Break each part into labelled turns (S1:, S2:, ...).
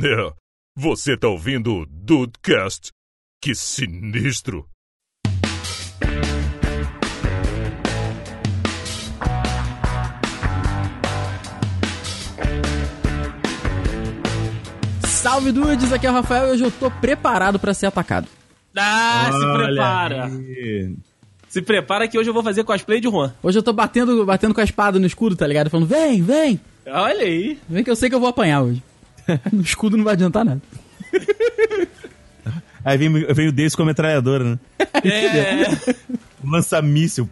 S1: É, você tá ouvindo o Dudecast? Que sinistro!
S2: Salve dudes, aqui é o Rafael e hoje eu tô preparado pra ser atacado.
S3: Ah, se
S4: Olha
S3: prepara.
S4: aí.
S3: Se prepara que hoje eu vou fazer cosplay de Juan.
S2: Hoje eu tô batendo, batendo com a espada no escudo, tá ligado? Falando, vem, vem,
S3: Olha aí.
S2: vem que eu sei que eu vou apanhar hoje. no escudo não vai adiantar nada.
S4: Aí vem, vem o Deus com a metralhadora, né?
S3: É.
S4: Lança míssil.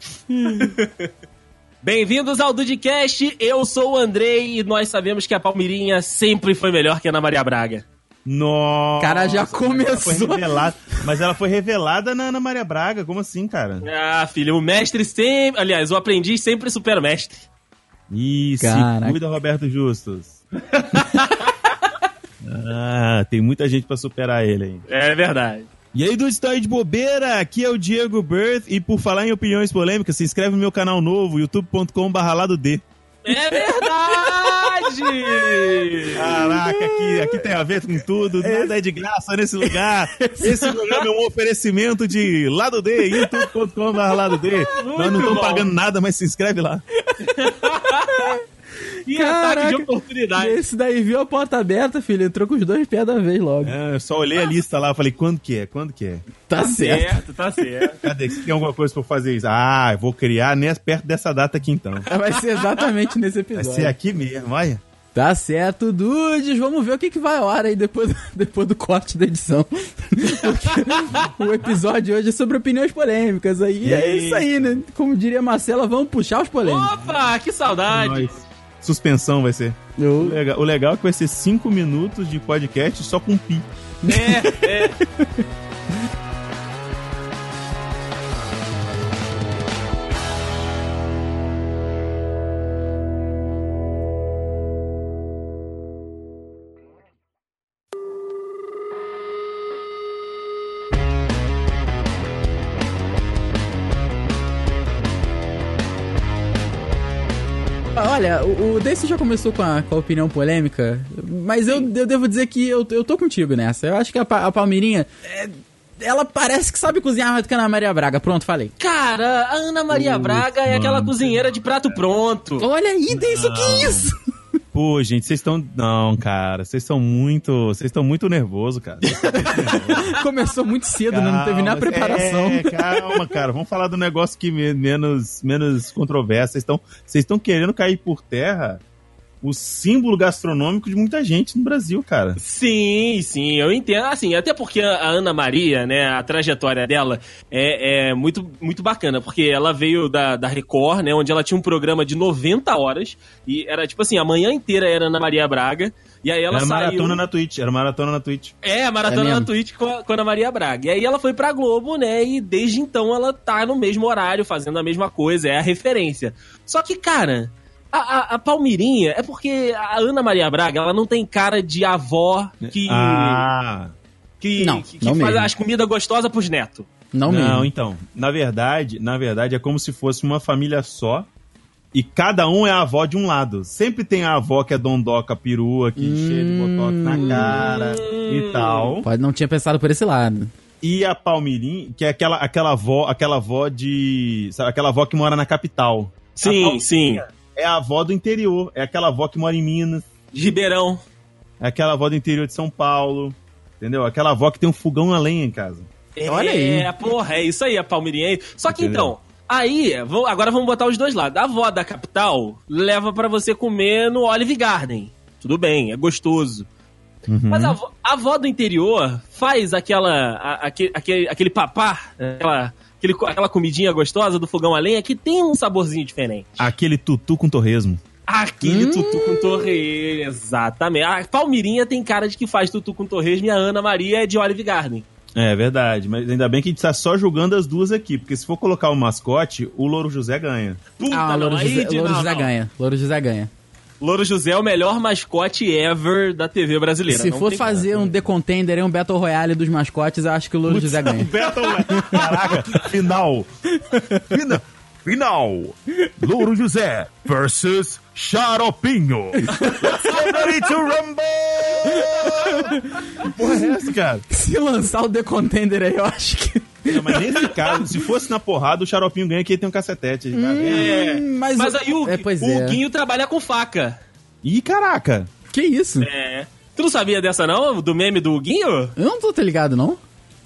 S3: Bem-vindos ao Dudcast. Eu sou o Andrei e nós sabemos que a Palmeirinha sempre foi melhor que a Ana Maria Braga.
S4: Nossa.
S2: Cara, já
S4: Ela foi
S2: começou.
S4: revelada. Mas ela foi revelada na Ana Maria Braga. Como assim, cara?
S3: Ah, filho, o mestre sempre. Aliás, o aprendiz sempre supera o mestre.
S4: Isso.
S2: Caraca.
S4: Cuida, Roberto Justus. ah, tem muita gente pra superar ele aí.
S3: É verdade.
S4: E aí, do História de Bobeira, aqui é o Diego Birth. E por falar em opiniões polêmicas, se inscreve no meu canal novo, youtube.com.br lado D.
S3: É verdade!
S4: Caraca, aqui, aqui tem a ver com tudo, nada é de graça nesse lugar. Esse programa é um oferecimento de Lado D, youtube.com.br Lado D. Nós não
S3: Muito
S4: estamos
S3: bom.
S4: pagando nada, mas se inscreve lá.
S3: E ataque
S2: Caraca.
S3: de oportunidade.
S2: Esse daí viu a porta aberta, filho, entrou com os dois pés da vez logo.
S4: É, eu só olhei a lista lá, falei, quando que é, quando que é?
S2: Tá certo.
S3: Certo, tá certo.
S4: Cadê? Se tem alguma coisa pra eu fazer isso? Ah, eu vou criar né, perto dessa data aqui então.
S2: Vai ser exatamente nesse
S4: Vai
S2: episódio.
S4: ser aqui mesmo, olha.
S2: Tá certo, dudes. Vamos ver o que, que vai a hora aí depois, depois do corte da edição. Porque o episódio hoje é sobre opiniões polêmicas. Aí é isso aí, né? Como diria a Marcela, vamos puxar os polêmicos.
S3: Opa, que saudade.
S4: Nós. Suspensão vai ser. O
S2: Eu-
S4: legal, o legal é que vai ser 5 minutos de podcast só com pi.
S3: É, é.
S2: Ah, Olha, o, o Deison já começou com a, com a opinião polêmica, mas eu, eu devo dizer que eu, eu tô contigo nessa. Eu acho que a, Pa- a Palmeirinha, é, ela parece que sabe cozinhar mais do que a Ana Maria Braga. Pronto, falei.
S3: Cara, a Ana Maria Braga é aquela cozinheira de prato pronto.
S2: Olha aí, Deison, que isso?
S4: Pô, gente, vocês estão. Não, cara, vocês estão muito. Vocês estão muito nervoso, cara.
S2: Começou muito cedo, né? não teve nem a
S4: Calma,
S2: preparação.
S4: É, calma, cara. Vamos falar do negócio que me- menos, menos controverso. Vocês estão- Vocês estão querendo cair por terra o símbolo gastronômico de muita gente no Brasil, cara.
S3: Sim, sim, eu entendo. Assim, até porque a Ana Maria, né, a trajetória dela é, é muito, muito bacana, porque ela veio da, da Record, né, onde ela tinha um programa de 90 horas, e era tipo assim, a manhã inteira era Ana Maria Braga, e aí ela
S4: Era
S3: saiu...
S4: maratona na Twitch. Era maratona na Twitch.
S3: É,
S2: É
S3: maratona
S2: mesmo?
S3: na Twitch com a, com a Ana Maria Braga. E aí ela foi pra Globo, né? E desde então ela tá no mesmo horário, fazendo a mesma coisa, é a referência. Só que, cara, a, a- a Palmirinha é porque a Ana Maria Braga, ela não tem cara de avó que.
S4: Ah.
S3: que,
S2: Não,
S3: que- que
S2: não
S3: faz
S2: mesmo.
S3: as comidas gostosas pros netos.
S2: Não,
S4: Não,
S2: mesmo.
S4: então. Na verdade, na verdade, é como se fosse uma família só. E cada um é a avó de um lado. Sempre tem a avó que é dondoca, perua, que cheia de botox
S3: Hum.
S4: na cara e tal.
S2: Pode não tinha pensado por esse lado.
S4: E a Palmirim, que é aquela, aquela avó, aquela avó de. Sabe, aquela avó que mora na capital. A
S3: Sim,
S4: Palmirinha
S3: sim.
S4: É a avó do interior. É aquela avó que mora em Minas.
S3: De Ribeirão.
S4: É aquela avó do interior de São Paulo. Entendeu? Aquela avó que tem um fogão a lenha em casa.
S2: Olha aí.
S3: É, porra, é isso aí, a Palmirinha. aí. Só que
S4: Entendeu?
S3: então, aí, vou- agora vamos botar os dois lados. A avó da capital leva pra você comer no Olive Garden. Tudo bem, é gostoso.
S2: Uhum.
S4: Uhum.
S3: Mas a avó, a avó do interior faz aquela. a- aque- aquele, aquele papá, aquela, aquele co- aquela comidinha gostosa do fogão a lenha que tem um saborzinho diferente.
S4: Aquele tutu com torresmo.
S2: Hum.
S3: Aquele tutu com torresmo, exatamente. A Palmirinha tem cara de que faz tutu com torresmo e a Ana Maria é de Olive Garden.
S4: É verdade, mas ainda bem que a gente tá só julgando as duas aqui, porque se for colocar o mascote, o Louro José ganha.
S3: Puta,
S2: Ah, Louro
S3: não, aí
S2: José,
S3: de-
S2: Louro
S3: não,
S2: José
S3: não.
S2: ganha. Louro José ganha.
S3: Louro José é o melhor mascote ever da TV brasileira.
S2: Se
S3: Não
S2: for
S3: tem
S2: fazer um The Contender e um Battle Royale dos
S4: né?
S2: mascotes, eu acho que o Louro José ganha.
S4: Battle Caraca, final. Final. final. Louro José versus Xaropinho. So ready to rumble! Que Porra, é essa, cara?
S2: Se lançar o The Contender aí, eu acho que.
S4: Não, mas nesse caso, se fosse na porrada, o Xaropinho ganha que ele tem um cacetete. cara.
S3: É.
S2: Hum,
S3: Mas,
S2: o-
S3: aí o,
S2: É, pois
S3: o
S2: é.
S3: Guinho trabalha com faca.
S4: Ih, caraca.
S2: Que isso?
S3: É. Tu não sabia dessa, não? Do meme do Guinho?
S2: Eu não tô tá ligado, não?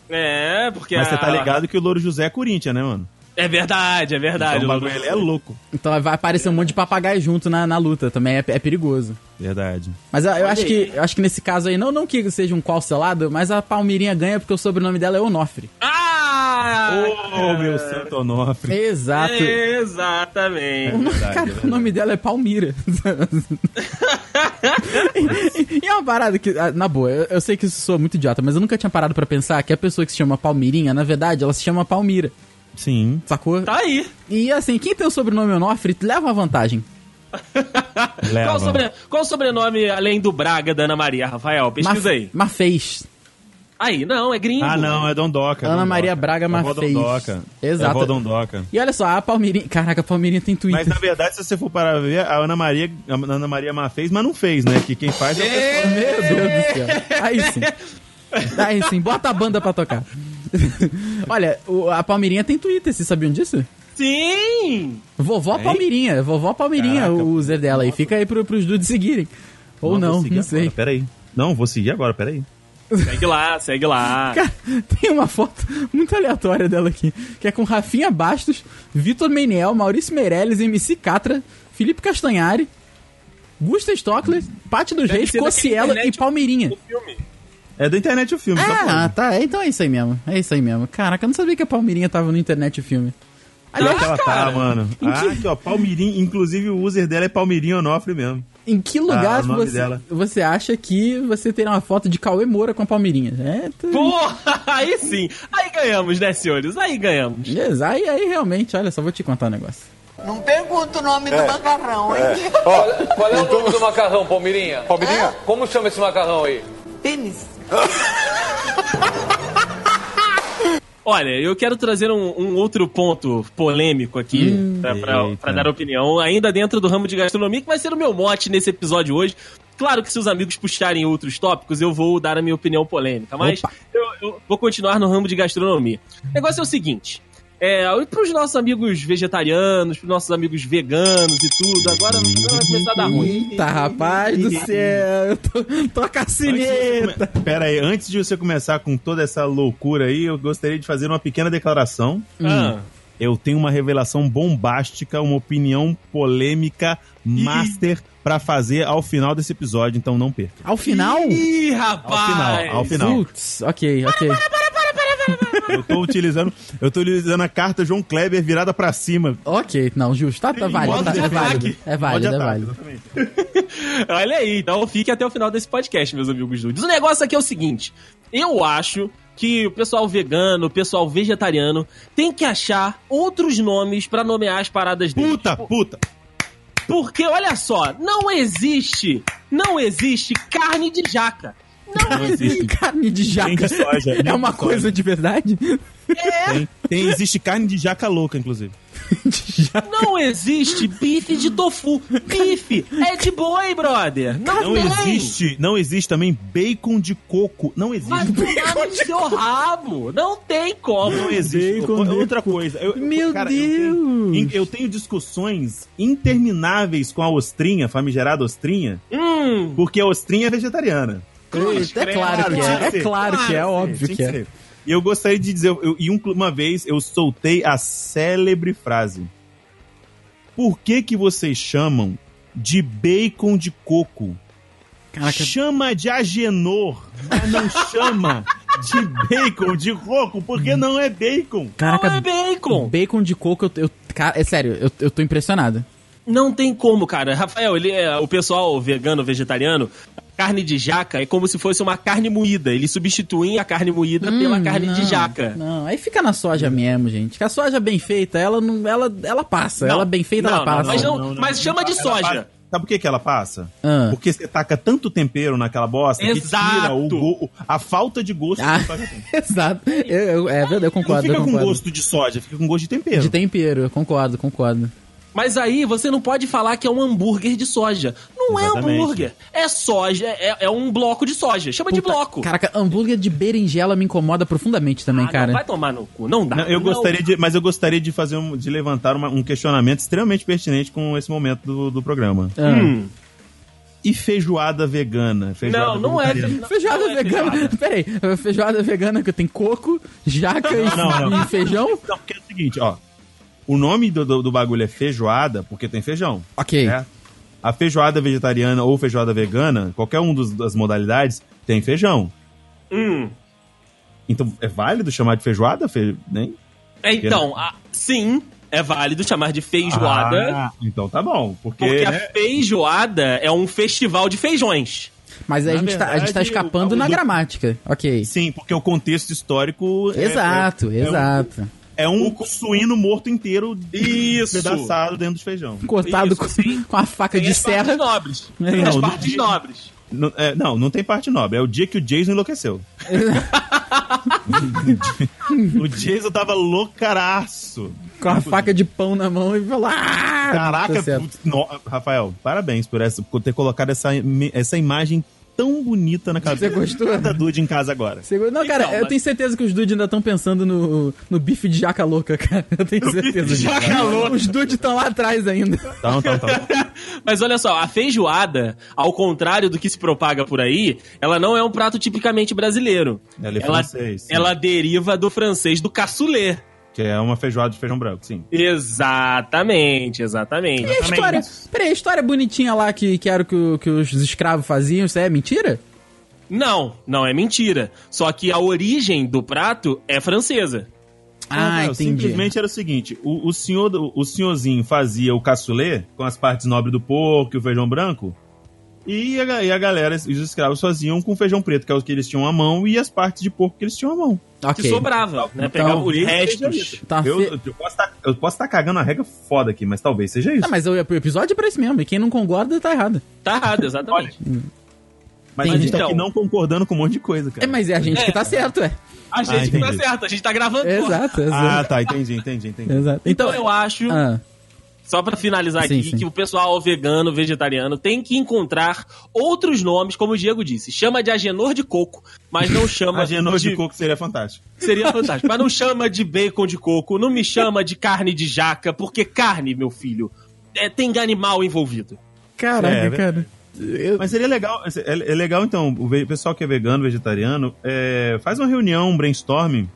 S3: É, porque.
S4: Mas
S3: a-
S4: você tá ligado que o Louro José é Corinthians, né, mano?
S3: É verdade, é verdade.
S4: Então, o bagulho
S3: Louro.
S4: ele é louco.
S2: Então vai aparecer um monte de papagaio junto na, na luta, também é, é perigoso.
S4: Verdade.
S2: Mas eu, eu
S3: Olha
S2: acho
S3: aí.
S2: que, eu acho que nesse caso aí, não, não que seja um qual selado, mas a Palmirinha ganha porque o sobrenome dela é Onofre.
S3: Ah! É,
S4: Ô, meu santo Onofre.
S2: Exato.
S3: Exatamente.
S4: Verdade,
S2: Cara,
S4: verdade.
S2: o nome dela é Palmira. e, e é uma parada que, ah, na boa, eu, eu sei que isso soa muito idiota, mas eu nunca tinha parado pra pensar que a pessoa que se chama Palmirinha, na verdade, ela se chama Palmira,
S4: Sim.
S2: sacou?
S3: Tá aí.
S2: E assim, quem tem o sobrenome Onofre leva uma vantagem.
S4: Leva.
S3: Qual o, sobre- qual o sobrenome além do Braga da Ana Maria, Rafael? Pesquisa
S2: Ma-
S3: aí.
S2: Mafez.
S3: Aí, não, é gringo.
S4: Ah, não, é Dondoca.
S2: Ana
S4: Dondoca.
S2: Maria Braga
S4: É vó
S2: Marfez.
S4: Dondoca.
S2: Exato.
S4: É vó Dondoca.
S2: E olha só, a Palmirinha. Caraca, a Palmirinha tem Twitter.
S4: Mas na verdade, se você for para ver, a Ana Maria, a Ana Maria Mar fez, mas não fez, né? Que quem faz é o
S2: Meu
S4: pessoal.
S2: Deus do céu. Aí sim. Aí sim, bota a banda pra tocar. Olha, o- a Palmirinha tem Twitter, vocês sabiam disso?
S3: Sim!
S2: Vovó
S4: Tem?
S2: Palmirinha, vovó Palmirinha,
S4: Caraca,
S2: o user dela. E fica aí pro, pros dudes seguirem. Ou
S4: vou
S2: não,
S4: seguir
S2: não
S4: agora,
S2: sei.
S4: Peraí. Não, vou seguir agora, peraí.
S3: Segue lá, segue lá.
S2: Cara, tem uma foto muito aleatória dela aqui, que é com Rafinha Bastos, Vitor Meniel, Maurício Meirelles, MC Catra, Felipe Castanhari, Gusta Stockler, Paty dos
S3: Deve
S2: Reis,
S3: ser daquele
S2: Cocielo e
S3: internet-
S2: Palmeirinha.
S3: O filme.
S4: É da internet o filme, só
S2: Ah,
S4: pode.
S2: tá. Então é isso aí mesmo. É isso aí mesmo. Caraca, eu não sabia que a Palmeirinha tava no internet o filme.
S4: Pior
S2: Aliás,
S4: que ela tá,
S3: cara.
S4: mano. Ah, aqui, ó, Palmirim, inclusive o user dela é Palmirim Onofre mesmo.
S2: em que lugar
S4: Ah, o nome
S2: você,
S4: dela.
S2: você acha que você terá uma foto de Cauê Moura com a Palmeirinha? É, tu-
S3: Porra, aí sim. Aí ganhamos, né, senhores? Aí ganhamos.
S2: Beleza, aí, aí realmente, olha, só vou te contar um negócio.
S5: Não pergunta o nome do macarrão, hein?
S6: Qual é o nome do macarrão, Palmeirinha?
S7: Palmeirinha?
S6: Como chama esse macarrão aí?
S5: Pênis.
S3: Olha, eu quero trazer um, um outro ponto polêmico aqui
S4: Hum.
S3: pra- pra-
S4: Eita.
S3: pra dar opinião, ainda dentro do ramo de gastronomia, que vai ser o meu mote nesse episódio hoje. Claro que se os amigos puxarem outros tópicos, eu vou dar a minha opinião polêmica, mas
S2: Opa.
S3: eu, eu vou continuar no ramo de gastronomia. O negócio é o seguinte. É, para os nossos amigos vegetarianos, para nossos amigos veganos e tudo, agora vai começar a dar ruim.
S2: Eita, rapaz do céu, eu tô, tô com a
S4: né?
S2: sineta.
S4: Pera aí, antes de você começar com toda essa loucura aí, eu gostaria de fazer uma pequena declaração.
S3: Ah.
S4: Eu tenho uma revelação bombástica, uma opinião polêmica master pra fazer ao final desse episódio, então não perca.
S2: Ao final?
S3: Ih,
S4: Ao
S3: rapaz!
S4: final, ao final.
S2: Putz, ok, ok.
S4: Eu tô utilizando, eu tô utilizando a carta João Kleber virada pra cima.
S2: Ok, não, justo. Tá, tá
S4: Em
S2: válido,
S4: modo
S2: tá,
S4: de
S2: é
S4: ataque.
S2: válido. É válido,
S4: Modo
S2: é
S4: de ataque,
S2: válido.
S4: exatamente.
S3: Olha aí, então fique até o final desse podcast, meus amigos dudes. O negócio aqui é o seguinte: eu acho que o pessoal vegano, o pessoal vegetariano, tem que achar outros nomes pra nomear as paradas deles.
S4: Puta, puta.
S3: Porque, olha só, não existe, não existe carne de jaca.
S4: Não existe.
S2: Carne de jaca
S4: Nem de soja, nem
S2: é uma
S4: de soja.
S2: coisa de verdade?
S4: Tem, tem- existe carne de jaca louca, inclusive.
S2: De jaca.
S3: Não existe bife de tofu. Bife é de boi, brother. Não,
S4: Não
S2: é.
S3: tem.
S4: existe, não existe também bacon de coco. Não
S3: Vai
S4: existe.
S3: tomar no seu rabo. Não tem como.
S4: Não existe.
S2: Bacon de
S4: Outra coisa. eu-
S2: Meu
S4: cara, eu tenho-
S2: Deus.
S4: in- Eu tenho, discussões intermináveis com a ostrinha, famigerada ostrinha,
S3: Hum,
S4: porque a ostrinha é vegetariana.
S2: Eita, é claro que
S4: tinha
S2: é, é
S4: ser.
S2: claro que é, óbvio
S4: Tinha
S2: que é.
S4: ser. E eu gostaria de dizer, eu- e um- uma vez eu soltei a célebre frase. Por que que vocês chamam de bacon de coco?
S2: Caraca,
S4: Chama de Agenor, mas não chama de bacon de coco, porque não é
S3: não
S4: bacon.
S3: é
S2: caraca,
S3: bacon.
S2: bacon de coco, eu, eu- cara, é sério, eu, eu tô impressionado.
S3: Não tem como, cara. Rafael, ele é o pessoal vegano, vegetariano, a carne de jaca é como se fosse uma carne moída. Eles substituem a carne moída pela
S2: Hum,
S3: carne de
S2: não,
S3: jaca.
S2: Não, aí fica na soja mesmo, gente. Que a soja bem feita, ela não, ela, ela passa.
S3: Não,
S2: ela bem feita,
S3: não,
S2: ela
S3: não,
S2: passa.
S3: mas não-
S4: Não, não, não.
S3: mas chama de
S4: Ela
S3: soja.
S4: passa- Sabe por que, que ela passa?
S2: Ah.
S4: Porque você taca tanto tempero naquela bosta que tira
S3: Exato.
S4: o go- a falta de gosto
S2: Ah,
S4: do soja tem.
S2: exato. Eu, eu- é verdade, eu
S4: assim. Não
S2: concordo.
S4: fica
S2: eu
S4: com
S2: concordo.
S4: gosto de soja, fica com gosto de tempero.
S2: De tempero, eu concordo, concordo.
S3: Mas aí você não pode falar que é um hambúrguer de soja. Não é
S4: Exatamente.
S3: hambúrguer. É soja, é, é um bloco de soja. Chama de
S2: Puta,
S3: bloco.
S2: Caraca, hambúrguer de berinjela me incomoda profundamente também,
S3: Ah, não,
S2: cara.
S3: vai tomar no cu. Não dá.
S4: Não, eu
S3: Não.
S4: gostaria de, mas eu gostaria de fazer um, de levantar uma- um questionamento extremamente pertinente com esse momento do, do programa.
S2: Ah.
S3: Hum.
S4: E feijoada vegana? Feijoada
S3: Não, não é.
S4: vegetariana?
S3: não-
S2: Feijoada
S3: não é
S2: vegana.
S3: feijoada.
S2: Peraí, feijoada vegana que tem coco, jaca e,
S4: Não, não.
S2: e feijão?
S4: Não, porque é o seguinte, ó. O nome do, do, do bagulho é feijoada porque tem feijão.
S2: Ok.
S4: né? A feijoada vegetariana ou feijoada vegana, qualquer um dos, das modalidades, tem feijão.
S3: Hum.
S4: Então é válido chamar de feijoada? Fe... né? Nem?
S3: Então, a- sim, é válido chamar de feijoada.
S4: Ah, então tá bom. Porque,
S3: Porque
S4: né,
S3: a feijoada é um festival de feijões.
S2: Mas aí a
S4: Na
S2: gente, tá, a gente tá
S4: verdade,
S2: escapando
S4: o-
S2: na
S4: o-
S2: gramática. Ok.
S4: Sim, porque o contexto histórico. é-
S2: Exato,
S4: é- é um-
S2: exato.
S4: É um suíno morto inteiro
S3: Isso.
S4: pedaçado dentro de feijão.
S2: Cortado
S3: Isso,
S2: com,
S3: sim.
S2: com a faca
S3: Tem
S2: de
S3: as
S2: serra.
S3: partes nobres.
S2: É,
S3: Tem as
S4: não,
S3: partes
S4: não-
S3: nobres.
S4: Não, é, não, não tem parte nobre. É o dia que o Jason enlouqueceu. o Jason tava loucaraço.
S2: Com a faca de pão na mão e falou. "Ah!"
S4: Caraca,
S2: Tá certo.
S4: putz, no- Rafael, parabéns por, essa, por ter colocado essa, im- essa imagem tão bonita na cabeça.
S2: Você gostou?
S4: Cada dude em casa agora.
S2: Segura- Não, cara,
S3: Então,
S2: eu
S3: mas-
S2: tenho certeza que os dudes ainda estão pensando no, no bife de jaca louca, cara. Eu tenho certeza. disso.
S4: jaca louca.
S2: Os dudes estão lá atrás ainda.
S4: Então, tá, tá.
S3: Mas olha só, a feijoada, ao contrário do que se propaga por aí, ela não é um prato tipicamente brasileiro.
S4: Ela é
S3: ela,
S4: francês, sim.
S3: ela deriva do francês do cassoulet.
S4: Que é uma feijoada de feijão branco, sim.
S3: Exatamente, exatamente.
S2: E a
S4: Também.
S2: história? Peraí, a história bonitinha lá que, que era o que, o- que os escravos faziam, isso é mentira?
S3: Não, não é mentira. Só que a origem do prato é francesa.
S2: Ah,
S4: Rafael,
S2: entendi.
S4: Simplesmente era o seguinte: o, o senhor, do- o senhorzinho fazia o cassoulet com as partes nobres do porco e o feijão branco. E a, ga- e a galera, os escravos faziam com feijão preto, que é o que eles tinham à mão, e as partes de porco que eles tinham à mão.
S2: Ok.
S3: Que sobrava, né?
S4: Então,
S3: Pegava os
S4: é
S3: restos.
S2: Tá
S4: eu,
S2: fe-
S4: eu posso tá, estar cagando a regra foda aqui, mas talvez seja isso.
S2: Ah, mas o o episódio é pra isso mesmo. E quem não concorda tá errado.
S3: Tá errado, exatamente.
S4: mas a
S2: entendi.
S4: gente tá aqui
S3: Então.
S4: não concordando com um monte de coisa, cara.
S2: É, mas é a gente
S3: É.
S2: que tá certo, é.
S3: A
S4: Ah,
S3: gente tá
S4: entendi.
S3: certo, a gente tá gravando. porra.
S2: Exato,
S4: Ah,
S2: exato.
S4: tá, entendi, entendi, entendi.
S2: exato.
S3: Então,
S2: Então,
S3: eu acho,
S2: ah,
S3: só pra finalizar
S2: Sim,
S3: aqui,
S2: sim.
S3: que o pessoal vegano, vegetariano, tem que encontrar outros nomes, como o Diego disse. Chama de Agenor de coco, mas não chama
S4: A genô de coco seria fantástico.
S3: Seria fantástico. Mas não chama de bacon de coco, não me chama de carne de jaca, porque carne, meu filho, é, tem animal envolvido.
S2: caraca,
S4: É,
S2: cara. Eu-
S4: Mas seria legal, é, é legal então, o ve- pessoal que é vegano, vegetariano, é, faz uma reunião, um brainstorming,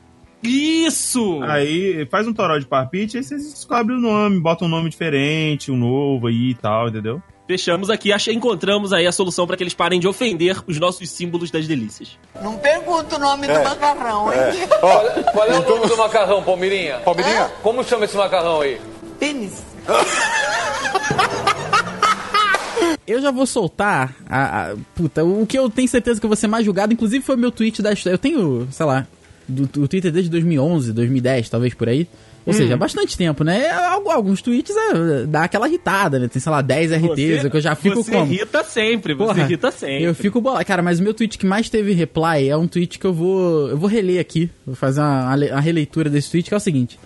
S3: Isso!
S4: aí faz um toró de parpite, aí vocês descobrem o nome, bota um nome diferente, um novo aí e tal, entendeu?
S3: Fechamos aqui, ach- encontramos aí a solução pra que eles parem de ofender os nossos símbolos das delícias.
S5: Não pergunta o nome do macarrão, hein?
S6: Qual, é- qual é o nome do macarrão, Palmirinha?
S7: Palmeirinha,
S6: Como chama esse macarrão aí?
S5: Pênis.
S2: Eu já vou soltar a, a- Puta, o que eu tenho certeza que eu vou ser mais julgado, inclusive foi o meu tweet da história. Eu tenho, sei lá, do, do Twitter desde 2011, 2010, talvez por aí. Ou seja, há bastante tempo, né? É, algu- Alguns tweets é, dá aquela irritada, né? Tem, sei lá, 10 RTs, que eu já fico
S3: você
S2: como?
S3: irrita sempre, você
S2: Porra,
S3: irrita sempre.
S2: Eu fico bolado. Cara, mas o meu tweet que mais teve reply é um tweet que eu vou. Eu vou reler aqui. Vou fazer uma, uma le- uma releitura desse tweet, que é o seguinte: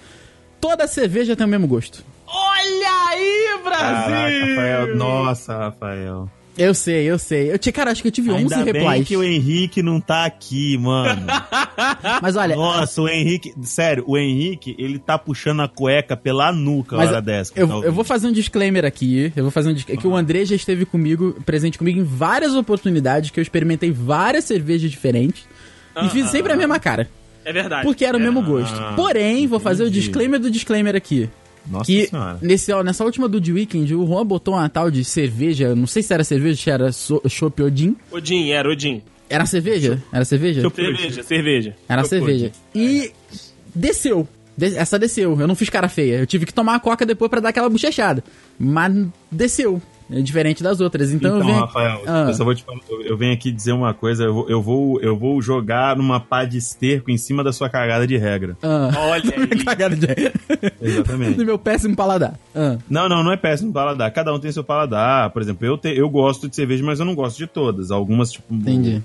S2: Toda cerveja tem o mesmo gosto.
S3: Olha aí, Brasil!
S4: Caraca, Rafael, nossa, Rafael.
S2: Eu sei, eu sei. Eu, ti- cara, acho que eu tive 11
S4: Ainda bem
S2: replies.
S4: que o Henrique não tá aqui, mano.
S2: Mas olha,
S4: Nossa, o Henrique, sério, o Henrique, ele tá puxando a cueca pela nuca a
S2: Mas
S4: hora dessa. que
S2: Eu,
S4: tá
S2: eu
S4: ouvindo.
S2: vou fazer um disclaimer aqui. Eu vou fazer um dis- que o André já esteve comigo, presente comigo em várias oportunidades que eu experimentei várias cervejas diferentes e fiz sempre a mesma cara,
S3: É verdade.
S2: porque era o mesmo gosto. Porém, vou fazer o
S4: Ah, entendi.
S2: disclaimer do disclaimer aqui.
S4: Nossa
S2: Que
S4: senhora.
S2: nesse, ó, nessa última do The Weekend, o Juan botou uma tal de cerveja, eu não sei se era cerveja, se era so, chopp ou gin.
S3: Odin, era Odin.
S2: Era cerveja? Era cerveja?
S3: Cerveja, cerveja.
S2: Era
S4: Chopp É.
S2: cerveja. E desceu. De- Essa desceu. Eu não fiz cara feia. Eu tive que tomar a coca depois pra dar aquela bochechada. Mas desceu. É diferente das outras. Então,
S4: Então,
S2: eu venho...
S4: Rafael,
S2: Ah.
S4: eu só vou te falar, eu- eu venho aqui dizer uma coisa, eu vou, eu vou, eu vou jogar numa pá de esterco em cima da sua cagada de regra.
S2: Ah.
S3: Olha aí.
S2: Cagada de...
S4: Exatamente.
S2: Do meu péssimo paladar. Ah.
S4: Não, não, não é péssimo paladar. Cada um tem seu paladar. Por exemplo, eu, te- eu gosto de cerveja, mas eu não gosto de todas. Algumas, tipo,
S2: Entendi.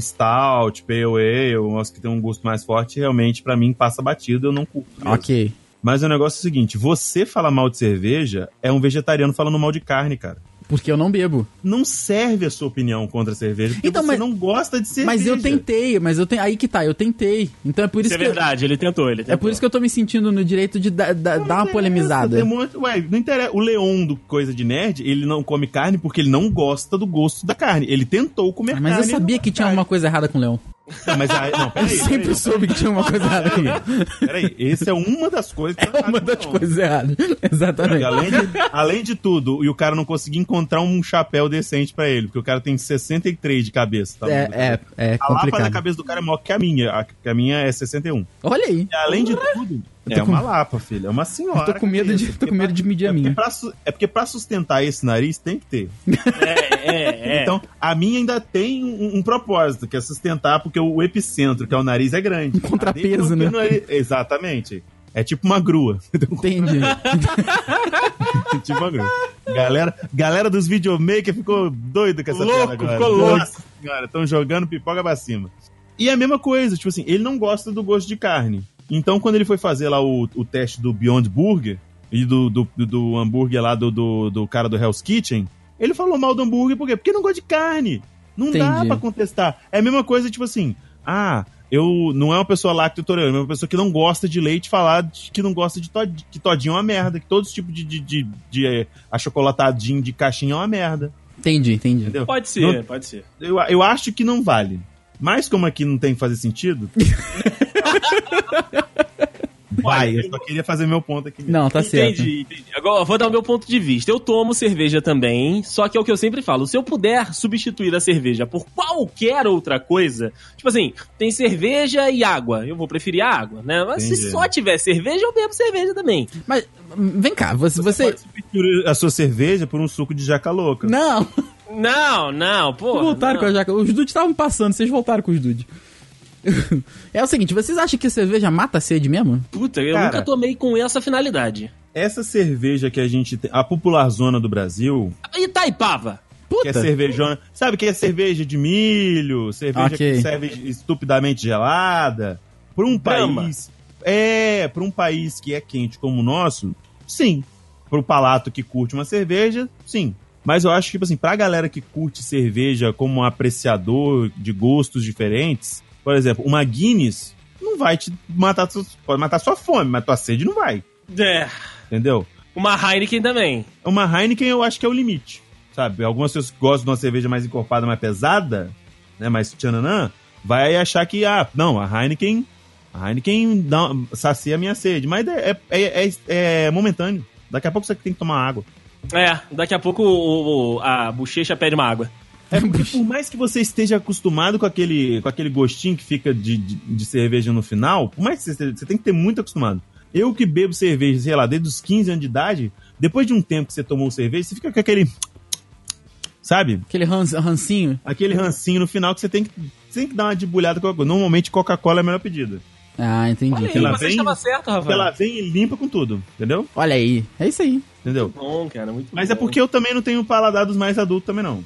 S4: Stout, Pale Ale, umas que tem um gosto mais forte, realmente, pra mim, passa batido, eu não curto. mesmo.
S2: Ok.
S4: Mas o negócio é o seguinte, você falar mal de cerveja é um vegetariano falando mal de carne, cara.
S2: Porque eu não bebo.
S4: Não serve a sua opinião contra a cerveja, porque
S2: Então,
S4: você
S2: mas-
S4: não gosta de cerveja.
S2: Mas eu tentei, mas eu tenho. Aí que tá, eu tentei. Então é por isso,
S3: Isso é
S2: que. eu-
S3: verdade, ele tentou, ele tentou.
S2: É por isso que eu tô me sentindo no direito de da- da- dar uma polemizada.
S4: Você demonstra- Ué, não interessa. O Leon do Coisa de Nerd, ele não come carne porque ele não gosta do gosto da carne. Ele tentou comer
S2: Ah,
S4: carne.
S2: Mas eu
S4: ele não
S2: sabia que tinha alguma coisa errada com o Leão.
S4: Não, mas aí, não,
S2: Eu
S4: peraí.
S2: sempre
S4: peraí,
S2: soube que tinha uma coisa errada com o Leão.
S4: não, peraí. Essa é uma das coisas que tá
S2: É Uma
S4: errado,
S2: das
S4: não.
S2: coisas erradas.
S4: Porque
S2: Exatamente.
S4: Além de, além de tudo, e o cara não conseguir encontrar um chapéu decente pra ele, porque o cara tem 63 de cabeça. Tá
S2: É, é, é
S4: a lapa da
S2: complicado.
S4: cabeça do cara é maior que a minha. A, que a minha é 61.
S2: Olha aí.
S4: E além de tudo,
S2: tô
S4: é
S2: com-
S4: uma lapa, filho. É uma senhora.
S2: Eu tô com medo de,
S4: cabeça,
S2: tô com medo de medir a
S4: porque
S2: minha.
S4: pra su- é porque pra sustentar esse nariz tem que ter.
S3: É, é, é.
S4: Então, a minha ainda tem um, um propósito, que é sustentar, porque o epicentro, que é o nariz, é grande.
S2: Um contrapeso,
S4: A dele
S2: né?
S4: não tem nariz- Exatamente. É tipo uma grua.
S2: Entendi.
S4: É tipo uma grua. Galera, galera dos videomaker ficou doida com essa
S3: Louco,
S4: piada agora.
S3: ficou louco.
S4: Nossa senhora, estão jogando pipoca pra cima. E a mesma coisa, tipo assim, ele não gosta do gosto de carne. Então, quando ele foi fazer lá o, o teste do Beyond Burger e do, do, do hambúrguer lá do, do, do cara do Hell's Kitchen, ele falou mal do hambúrguer por quê? Porque não gosta de carne. Não dá
S2: Entendi.
S4: pra contestar. É a mesma coisa, tipo assim, ah, eu não é uma pessoa lacto-intolerante, é uma pessoa que não gosta de leite falar de- que não gosta de todinho, que todinho é uma merda, que todos os tipos de, de, de, de eh, achocolatadinho de caixinha é uma merda.
S2: Entendi, entendi.
S4: Entendeu?
S3: Pode ser,
S4: Não-
S3: pode ser.
S4: Eu, eu acho que não vale. Mas como aqui não tem que fazer sentido. vai, eu só queria fazer meu ponto aqui. mesmo.
S2: Não, tá certo.
S3: Entendi, entendi. Agora eu vou dar o meu ponto de vista. Eu tomo cerveja também, só que é o que eu sempre falo. Se eu puder substituir a cerveja por qualquer outra coisa, tipo assim, tem cerveja e água. Eu vou preferir a água, né? Mas se
S4: Entendi.
S3: só tiver cerveja, eu bebo cerveja também.
S2: Mas hum, vem cá, você. você...
S4: Pode substituir a sua cerveja por um suco de jaca louca.
S2: Não,
S3: Não, não, pô.
S2: voltaram
S3: não.
S2: com a jaca. Os dudes estavam passando, vocês voltaram com os dudes. É o seguinte, vocês acham que cerveja mata a sede mesmo?
S3: Puta, eu
S4: Cara.
S3: nunca tomei com essa finalidade.
S4: Essa cerveja que a gente tem, a popular zona do Brasil,
S3: Itaipava.
S4: que é
S2: Puta!
S4: cervejona. Sabe que é cerveja de milho, cerveja
S2: Ok.
S4: que serve estupidamente gelada. Para um
S3: Brahma.
S4: país. É, para um país que é quente como o nosso, sim. Para o palato que curte uma cerveja, sim. Mas eu acho que, tipo assim, pra galera que curte cerveja como um apreciador de gostos diferentes, por exemplo, uma Guinness não vai te matar, tu- pode matar sua fome, mas tua sede não vai,
S3: É.
S4: entendeu?
S3: Uma Heineken também.
S4: Uma Heineken eu acho que é o limite, sabe? Algumas pessoas que gostam de uma cerveja mais encorpada, mais pesada, né? Mais tchananã, vai achar que, ah, não, a Heineken, a Heineken dá, sacia a minha sede. Mas é, é, é- é momentâneo. Daqui a pouco você tem que tomar água.
S3: É, daqui a pouco o- o- a bochecha pede uma água.
S4: É porque por mais que você esteja acostumado com aquele, com aquele gostinho que fica de, de, de cerveja no final, por mais que você, esteja, você tem que ter muito acostumado. Eu que bebo cerveja, sei lá, desde os 15 anos de idade, depois de um tempo que você tomou cerveja, você fica com aquele... Sabe?
S2: Aquele ran- rancinho.
S4: aquele rancinho no final que você tem que, você tem que dar uma debulhada com alguma coisa. Normalmente Coca-Cola é a melhor pedida.
S2: Ah, entendi.
S3: Olha aí,
S2: entendi.
S4: Ela
S3: você
S4: vem-
S3: estava certo,
S4: Porque
S3: Rafael.
S4: ela vem e limpa com tudo, entendeu?
S2: Olha aí. É isso aí.
S4: Entendeu?
S3: Bom, cara, muito
S4: Mas
S3: bom.
S4: é porque eu também não tenho paladar dos mais adultos também não.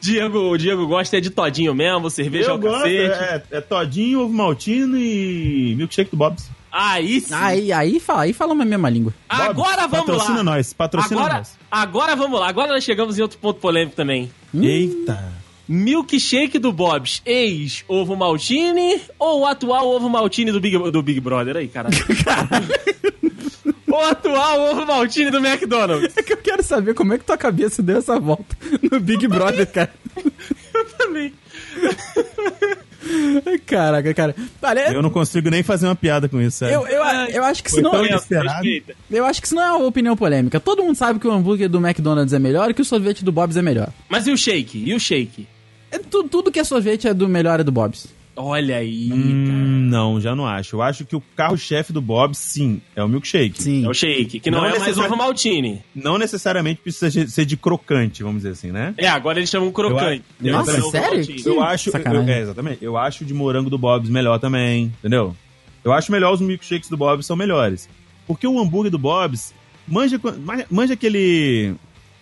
S3: Diego, o Diego gosta é de todinho mesmo, cerveja
S4: eu
S3: ao
S4: gosto,
S3: cacete.
S4: é, é todinho, ovo maltino e milkshake do Bob's.
S3: Aí sim.
S2: Aí, aí, fala, aí falamos a mesma língua.
S3: Agora
S4: Bob's,
S3: vamos
S4: é patrocina
S3: lá.
S4: nós, patrocina
S3: Agora,
S4: nós.
S3: agora vamos lá. Agora nós chegamos em outro ponto polêmico também.
S4: Eita.
S3: Milkshake do Bob's, ex ovo maltine ou o atual ovo maltine do Big, do Big Brother aí, caralho. o atual ovo maltine do McDonald's.
S2: É que eu quero saber como é que tua cabeça deu essa volta no
S3: é
S2: Big Brother, cara.
S3: Eu também.
S2: Caraca, cara. Olha,
S4: Eu não consigo nem fazer uma piada com isso, sério.
S2: eu, eu, eu acho que isso não. é-
S4: tão
S3: Respeita,
S4: inesperado.
S3: respeita.
S2: Eu acho que isso não é uma opinião polêmica. Todo mundo sabe que o hambúrguer do McDonald's é melhor e que o sorvete do Bob's é melhor.
S3: Mas e o shake? E o shake?
S2: É tu- tudo que é sorvete é do melhor é do Bob's.
S3: Olha aí, cara.
S4: Hum, não, já não acho. Eu acho que o carro-chefe do Bob, sim, é o milkshake.
S2: Sim.
S3: É o shake, que não,
S4: Não
S3: é,
S4: é
S3: mais
S4: necessário-
S3: ovo maltine.
S4: Não necessariamente precisa de- ser de crocante, vamos dizer assim, né?
S3: É, agora eles chamam crocante.
S4: Eu
S2: Nossa,
S3: Não, ovo
S2: sério?
S3: maltine.
S4: Eu acho.
S2: sacanagem.
S4: eu- é, exatamente. Eu acho de morango do Bob's melhor também, entendeu? Eu acho melhor os milkshakes do Bob's são melhores. Porque o hambúrguer do Bob's manja, co- ma- manja aquele.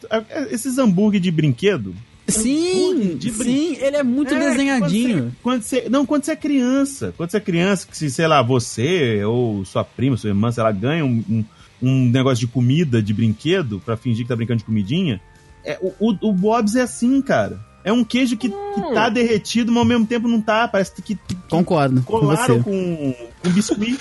S4: a- a- Esses hambúrguer de brinquedo.
S2: Sim,
S4: é um de
S2: sim, ele é muito
S4: É,
S2: desenhadinho.
S4: Quando você, quando você- não, quando você é criança. Quando você é criança, que se, sei lá, você ou sua prima, sua irmã, sei lá, ganha um, um, um negócio de comida, de brinquedo, pra fingir que tá brincando de comidinha. É, o, o, o Bob's é assim, cara. É um queijo que, que
S2: Hum.
S4: tá derretido, mas ao mesmo tempo não tá. Parece que
S2: Concordo com
S4: colaram
S2: você.
S4: com, com biscuit.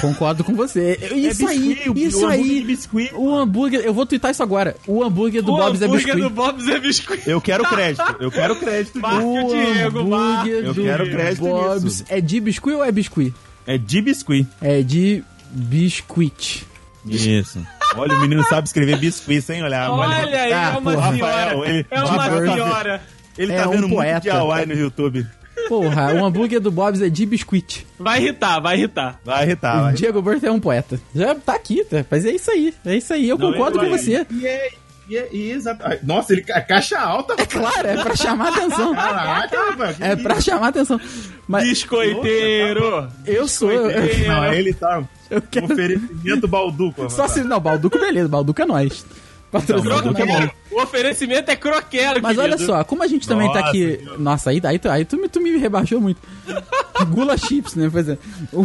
S2: Concordo com você. Eu- Isso
S4: é biscuit, o-
S2: aí, isso
S4: o hambúrguer de
S2: aí.
S4: biscuit.
S2: O hambúrguer, eu vou twittar isso agora. O hambúrguer do
S3: o
S2: Bob's é
S3: hambúrguer
S2: biscuit.
S3: do Bob's é biscuit.
S4: Eu quero crédito, eu quero crédito disso.
S2: O
S3: Diego,
S2: hambúrguer
S4: Eu
S2: do
S4: quero crédito
S2: Bob's
S4: nisso.
S2: é de biscuit ou é biscuit?
S4: É de biscuit.
S2: É de biscuit.
S4: Isso. Olha, o menino sabe escrever biscuit sem olhar.
S3: Olha aí,
S2: Ah,
S3: é uma
S2: porra,
S3: senhora.
S4: Rafael, ele-
S3: é uma
S2: Rafael tá-
S3: senhora.
S4: Ele
S2: É
S4: tá
S2: um
S4: vendo
S2: poeta.
S4: muito de Hawaii no YouTube.
S2: Porra, o hambúrguer do Bob's é de biscuit.
S3: Vai irritar, vai irritar.
S4: Vai irritar,
S2: o
S4: Ah, vai.
S2: Diego Berto é um poeta. Já tá aqui, tá? mas é isso aí. É isso aí, eu
S4: Não,
S2: concordo
S4: ele
S2: com
S4: vai-
S2: você.
S4: E é, e é, e é exato. Ai, Nossa, ele, a caixa alta.
S2: Claro, é pra chamar atenção.
S4: Caraca, velho. que
S2: É pra
S4: isso?
S2: chamar atenção. Mas
S3: Biscoiteiro.
S2: eu sou. Eu,
S4: Não, ele tá.
S2: É. eu quero.
S4: Oferecimento balduco.
S2: Só se. Não, Balduco, beleza, Balduco é nós. Patrocínio
S4: Balduco é
S2: nós.
S4: bom.
S3: Croquero. O oferecimento é croquero,
S2: Mas olha
S3: querido.
S2: só, como a gente também tá
S4: Nossa,
S2: aqui. Nossa, aí, aí, tu- aí tu, me- tu me rebaixou muito. Gula chips, né? Pois é. O-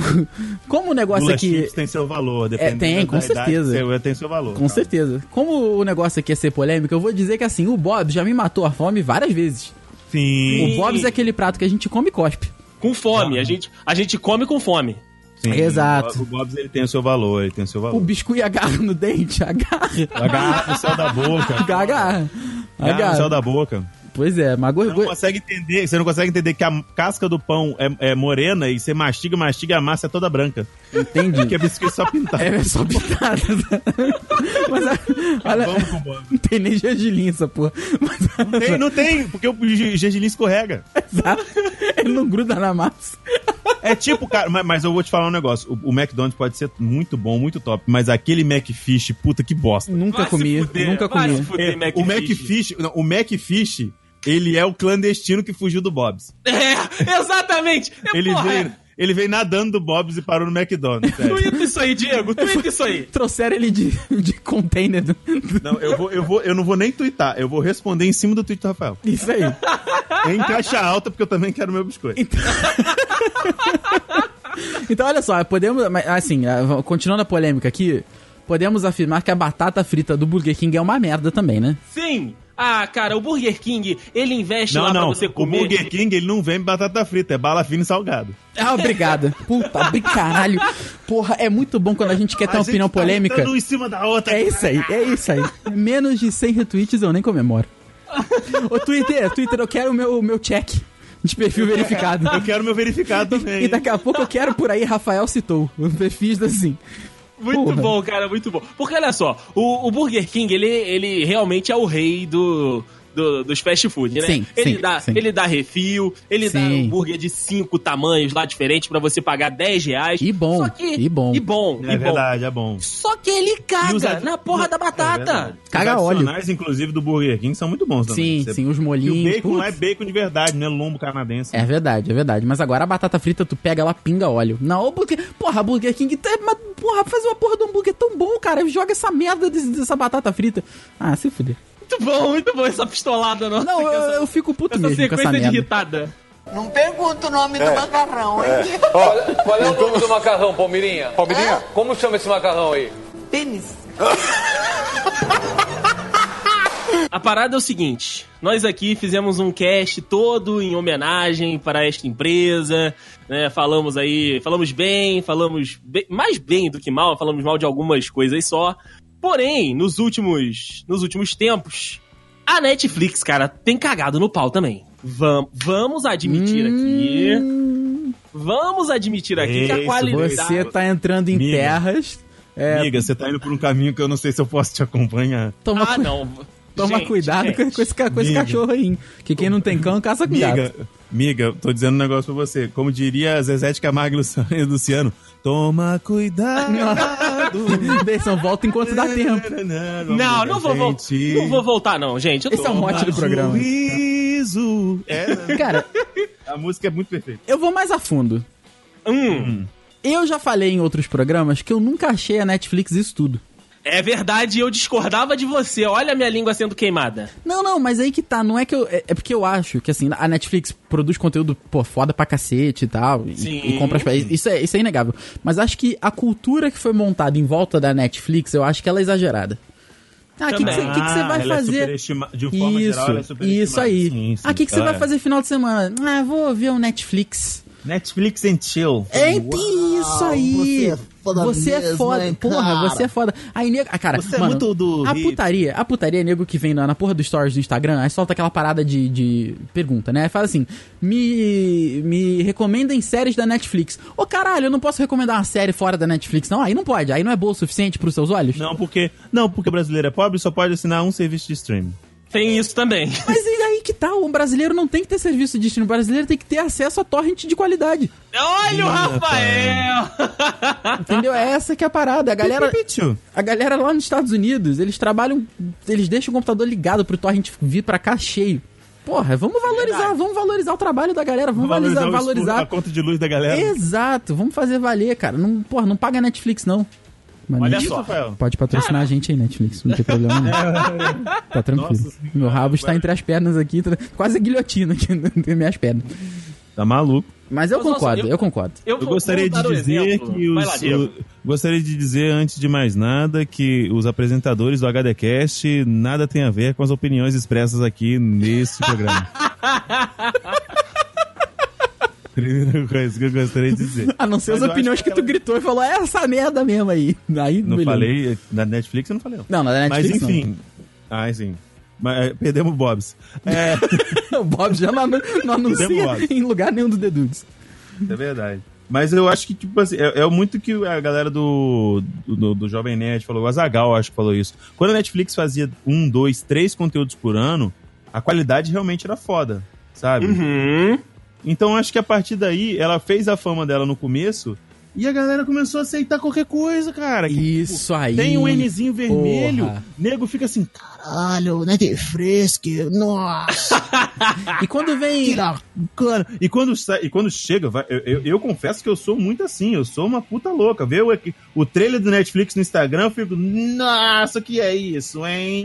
S2: Como o negócio
S4: Gula
S2: aqui. É,
S4: Chips tem seu valor, dependendo
S2: tem,
S4: da
S2: com
S4: idade,
S2: certeza.
S4: seu- tem seu valor.
S2: Com
S4: cara.
S2: certeza. Como o negócio aqui é ser polêmico, eu vou dizer que assim, o Bob já me matou a fome várias vezes.
S4: Sim.
S2: O Bob's é aquele prato que a gente come e cospe.
S3: Com fome. A gente, a gente come com fome.
S4: Sim,
S2: Exato.
S4: O Bob's ele tem o seu valor, ele tem o seu
S2: O
S4: valor.
S2: biscuit agarra no dente, agarra.
S4: Agarra no céu da boca.
S2: Agarra.
S4: Agarra no céu
S2: Agarra.
S4: da boca.
S2: Pois é, mas
S4: Você não consegue entender, você não consegue entender que a casca do pão é, é morena e você mastiga, mastiga e a massa é toda branca.
S2: entendi.
S4: Que é biscoito só pintado.
S2: É só picada. mas olha,
S4: Vamos com o Bob.
S2: não tem nem gergelim essa porra. Mas,
S4: Não tem, não tem, porque o ge- gergelim escorrega.
S2: exato, ele não gruda na massa.
S4: É tipo, cara, mas, mas eu vou te falar um negócio. O, o McDonald's pode ser muito bom, muito top, mas aquele McFish, puta que bosta.
S2: Nunca
S3: Vai
S2: comi,
S3: se fuder,
S2: nunca
S3: vai
S2: comi.
S3: se fuder,
S4: É, o McFish, não, o McFish, ele é o clandestino que fugiu do Bob's.
S3: É, exatamente. É,
S4: Ele
S3: porra,
S4: veio,
S3: é.
S4: ele veio nadando do Bob's e parou no McDonald's. sério.
S3: Tuita isso aí, Diego. Tuita isso aí.
S2: Trouxeram ele de, de container. do-
S4: Não, eu, vou, eu, vou, eu não vou nem twittar, eu vou responder em cima do tweet do Rafael.
S2: Isso aí.
S4: Em caixa alta, porque eu também quero meu biscoito.
S2: Então... Então, olha só, podemos. mas, Assim, ah, v- continuando a polêmica aqui, podemos afirmar que a batata frita do Burger King é uma merda também, né?
S3: Sim. Ah, cara, o Burger King, ele investe
S4: Não,
S3: lá pra
S4: não,
S3: você
S4: o
S3: comer.
S4: Burger King, ele não vende batata frita, é bala fina e salgado.
S2: Ah, obrigada. Puta, bem caralho. Porra, é muito bom quando a gente quer ter
S4: A
S2: uma
S4: gente
S2: opinião
S4: tá
S2: polêmica.
S4: lutando um em cima da outra.
S2: É isso aí, é isso aí. Menos de 100 retweets eu nem comemoro. Ô Twitter, Twitter, eu quero o meu, o meu check de perfil verificado.
S4: Eu quero meu verificado também.
S2: E daqui a pouco eu quero por aí, Rafael citou. Perfis assim.
S3: Muito
S2: Porra.
S3: bom, cara, muito bom. Porque olha só, o, o Burger King, ele, ele realmente é o rei do. do- dos fast food, né?
S2: Sim,
S3: ele,
S2: sim,
S3: dá,
S2: sim.
S3: ele dá refil, ele dá um
S2: Sim.
S3: hambúrguer de cinco tamanhos lá diferentes pra você pagar 10 reais.
S2: E bom,
S3: Só que-
S2: e bom.
S3: E bom,
S4: É
S3: e bom.
S4: verdade, é bom.
S3: Só que ele caga
S4: E os ad-
S3: na porra da
S4: É
S3: batata.
S4: verdade.
S2: Caga
S4: os
S2: óleo.
S4: adicionais, inclusive, do Burger King são muito bons também.
S2: Sim,
S4: Você-
S2: sim, os
S4: E o
S2: molhinhos.
S4: bacon
S2: putz.
S4: lá é bacon de verdade, né? Lombo canadense.
S2: É verdade, é verdade. Mas agora a batata frita, tu pega ela, pinga óleo. Não, o Burger... Porra, Burger King... tá- Mas, porra, faz uma porra de hambúrguer tão bom, cara. Joga essa merda desse- dessa batata frita. Ah, se fuder.
S3: Muito bom, muito bom essa pistolada nossa.
S2: Não,
S3: que
S2: eu,
S3: essa,
S2: eu fico puto
S3: essa
S2: mesmo com essa
S3: sequência de
S2: merda.
S3: irritada.
S5: Não pergunta o nome
S6: É.
S5: do macarrão, hein?
S6: Qual, é- qual é o nome do macarrão, Palmirinha?
S5: Palmirinha?
S6: Como chama esse macarrão aí?
S5: Pênis.
S3: A parada é o seguinte: nós aqui fizemos um cast todo em homenagem para esta empresa, né? Falamos aí, falamos bem, falamos bem- mais bem do que mal, falamos mal de algumas coisas só. Porém, nos últimos, nos últimos tempos, a Netflix, cara, tem cagado no pau também. Vam- vamos admitir aqui. Vamos admitir aqui que a
S4: Isso,
S3: qualidade.
S2: Hum. Você tá entrando em
S4: Miga.
S2: terras. É,
S4: Amiga, você tá indo por um caminho que eu não sei se eu posso te acompanhar.
S2: toma,
S3: Ah,
S2: cu-
S3: não.
S2: toma
S3: Gente,
S2: cuidado com-
S3: gente.
S2: com esse, ca- com esse
S4: Miga.
S2: cachorro aí. Que quem não tem cão, caça com
S4: Amiga,
S2: gato.
S4: Miga, tô dizendo um negócio pra você. Como diria Zezé de Camargo e Luciano- e Luciano, toma cuidado.
S2: Deisson, volta enquanto dá tempo.
S3: Não, não vou, vol-
S4: Gente.
S3: não vou voltar, não, gente. Eu tô-
S2: Esse é o mote do programa.
S4: Sorriso. É,
S2: Cara,
S4: a música é muito perfeita.
S2: eu vou mais a fundo.
S3: Hum,
S2: Eu já falei em outros programas que eu nunca achei a Netflix isso tudo.
S3: é verdade, eu discordava de você. Olha a minha língua sendo queimada.
S2: Não, não, mas aí que tá, não é que eu. É, é porque eu acho que assim, a Netflix produz conteúdo, pô, foda pra cacete e tal. e-
S3: Sim.
S2: E, compra as pa- isso é, isso é inegável. Mas acho que a cultura que foi montada em volta da Netflix, eu acho que ela é exagerada. Ah, o que que você
S3: Também.
S2: que que você vai
S4: ela é
S2: fazer?
S4: superestima- de forma
S2: Isso,
S4: geral, ela é superestimada.
S2: isso aí.
S4: Sim, sim,
S2: ah, o que, que você
S4: ela
S2: vai
S4: é.
S2: fazer final de semana? Ah, vou ver um Netflix.
S4: Netflix and chill.
S2: É tem isso aí.
S7: você é foda
S2: Você é
S7: mesmo,
S2: foda.
S7: hein,
S2: porra,
S7: cara?
S2: você é foda. Aí, nego. Ah, cara,
S4: Você é
S2: mano,
S4: muito do
S2: A
S4: hip.
S2: putaria, a putaria, nego, que vem na, na porra dos stories do Instagram, aí solta aquela parada de, de pergunta, né? Aí Fala assim: me, me recomendem séries da Netflix. Ô caralho, eu não posso recomendar uma série fora da Netflix, não. Aí não pode. Aí não é boa o suficiente pros seus olhos?
S4: Não, porque não, porque brasileiro é pobre, só pode assinar um serviço de streaming.
S3: Tem isso também.
S2: Mas e aí que tal? O brasileiro não tem que ter serviço de destino. O brasileiro tem que ter acesso a torrent de qualidade.
S3: Olha o Rafael!
S2: Entendeu? É essa que é a parada. A galera.
S4: Pipipitiu.
S2: A galera lá nos Estados Unidos, eles trabalham, eles deixam o computador ligado pro torrent vir pra cá cheio. Porra, vamos valorizar, vamos valorizar o trabalho da galera, vamos valorizar,
S4: o escuro,
S2: valorizar.
S4: a conta de luz da galera.
S2: Exato, vamos fazer valer, cara. Não, porra, não paga Netflix não. Mano,
S3: Olha
S2: Netflix-
S3: só.
S4: Rafael. É,
S2: Pode patrocinar a gente aí, Netflix, não tem problema não. Tá tranquilo.
S4: Nossa senhora,
S2: Meu rabo está
S4: agora-
S2: entre as pernas aqui, tá- quase a guilhotina aqui entre minhas pernas.
S4: Tá maluco.
S2: Mas eu
S3: Mas, nossa,
S2: concordo,
S3: eu-
S2: eu concordo.
S3: Eu,
S4: Eu gostaria
S3: um
S4: de dizer que os,
S3: o...
S4: o- gostaria de dizer antes de mais nada que os apresentadores do HDcast nada tem a ver com as opiniões expressas aqui nesse programa. Primeira coisa que eu gostaria de dizer.
S2: A não ser
S4: Mas
S2: as
S4: eu acho
S2: opiniões que, tu gritou e falou, é essa merda mesmo aí. Aí,
S4: Não
S2: beleza.
S4: falei na Netflix, eu não falei. não.
S2: Não, Um na
S4: Mas
S2: Netflix não.
S4: enfim. Ah, sim. Mas, é, perdemos o Bobs. É,
S2: O Bob já não, anu- não anuncia
S4: Demora.
S2: em lugar nenhum do The Dudes.
S4: é verdade. Mas eu acho que, tipo assim, é, é muito que a galera do, do, do Jovem Nerd falou, o Azagal acho que falou isso. Quando a Netflix fazia um, dois, três conteúdos por ano, a qualidade realmente era foda, sabe?
S3: Uhum.
S4: Então acho que a partir daí, ela fez a fama dela no começo e a galera começou a aceitar qualquer coisa, cara. Que, tipo,
S2: Isso aí.
S4: Tem um Nzinho vermelho,
S2: porra.
S4: nego fica assim,
S7: Caralho, Netflix, que- nossa,
S2: Ah, E quando
S7: que
S2: vem.
S4: Cara, e quando, sai- e quando chega, vai- eu, eu- eu confesso que eu sou muito assim, eu sou uma puta louca. Vê o, o trailer do Netflix no Instagram, eu fico, nossa, o que é isso, hein?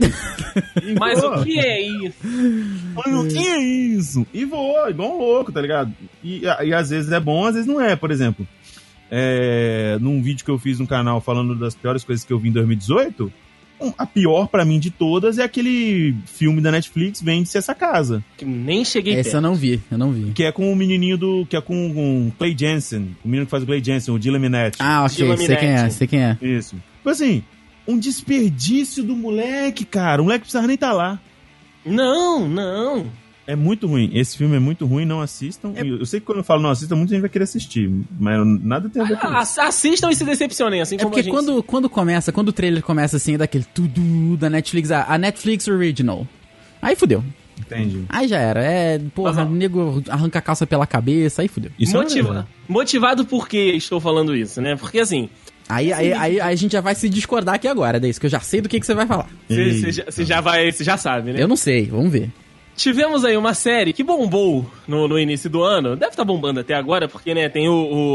S4: E
S3: Mas
S4: vou,
S3: o que é isso?
S4: mas o que é isso? E vou, igual um louco, tá ligado? E, e às vezes é bom, às vezes não é, por exemplo. é, num vídeo que eu fiz no canal falando das piores coisas que eu vi em 2018, um- a pior pra mim de todas é aquele filme da Netflix, Vende-se Essa Casa.
S3: Que nem cheguei
S2: Esse eu não vi, eu não vi.
S4: Que é com o menininho do. Que é com, com o Clay Jensen. O menino que faz o Clay Jensen, o Dylan Minetti.
S2: Ah, ok,
S3: Gilaminetti.
S2: sei quem é, sei quem é.
S4: Isso. Tipo assim, um desperdício do moleque, cara. O moleque precisava nem estar lá.
S3: Não, não.
S4: É muito ruim. Esse filme é muito ruim, não assistam.
S3: É
S4: E Eu sei que quando eu falo não assistam, muita gente vai querer assistir. Mas nada tem a ver com
S3: Ah,
S4: isso.
S3: ass- assistam e se decepcionem, assim
S2: É
S3: como a
S2: porque
S3: gente.
S2: quando, quando começa, quando o trailer começa assim, daquele tudo da Netflix, a, a Netflix Original. Aí fudeu.
S4: Entende?
S2: Aí já era. É, porra,
S3: Mas, ó.
S2: nego arranca a calça pela cabeça, aí fudeu.
S4: Isso
S3: Motiva- né?
S4: é uma merda.
S3: um Motivado por que estou falando isso, né? Porque assim,
S2: Aí, aí, aí, aí a gente já vai se discordar aqui agora, Deis, que eu já sei do que, que você vai falar.
S4: Ei.
S3: você já, cê já vai, você já sabe, né?
S4: É.
S2: Eu não sei, vamos ver.
S3: Tivemos aí uma série que bombou no, no início do ano. Deve estar bombando até agora, porque, né, tem o,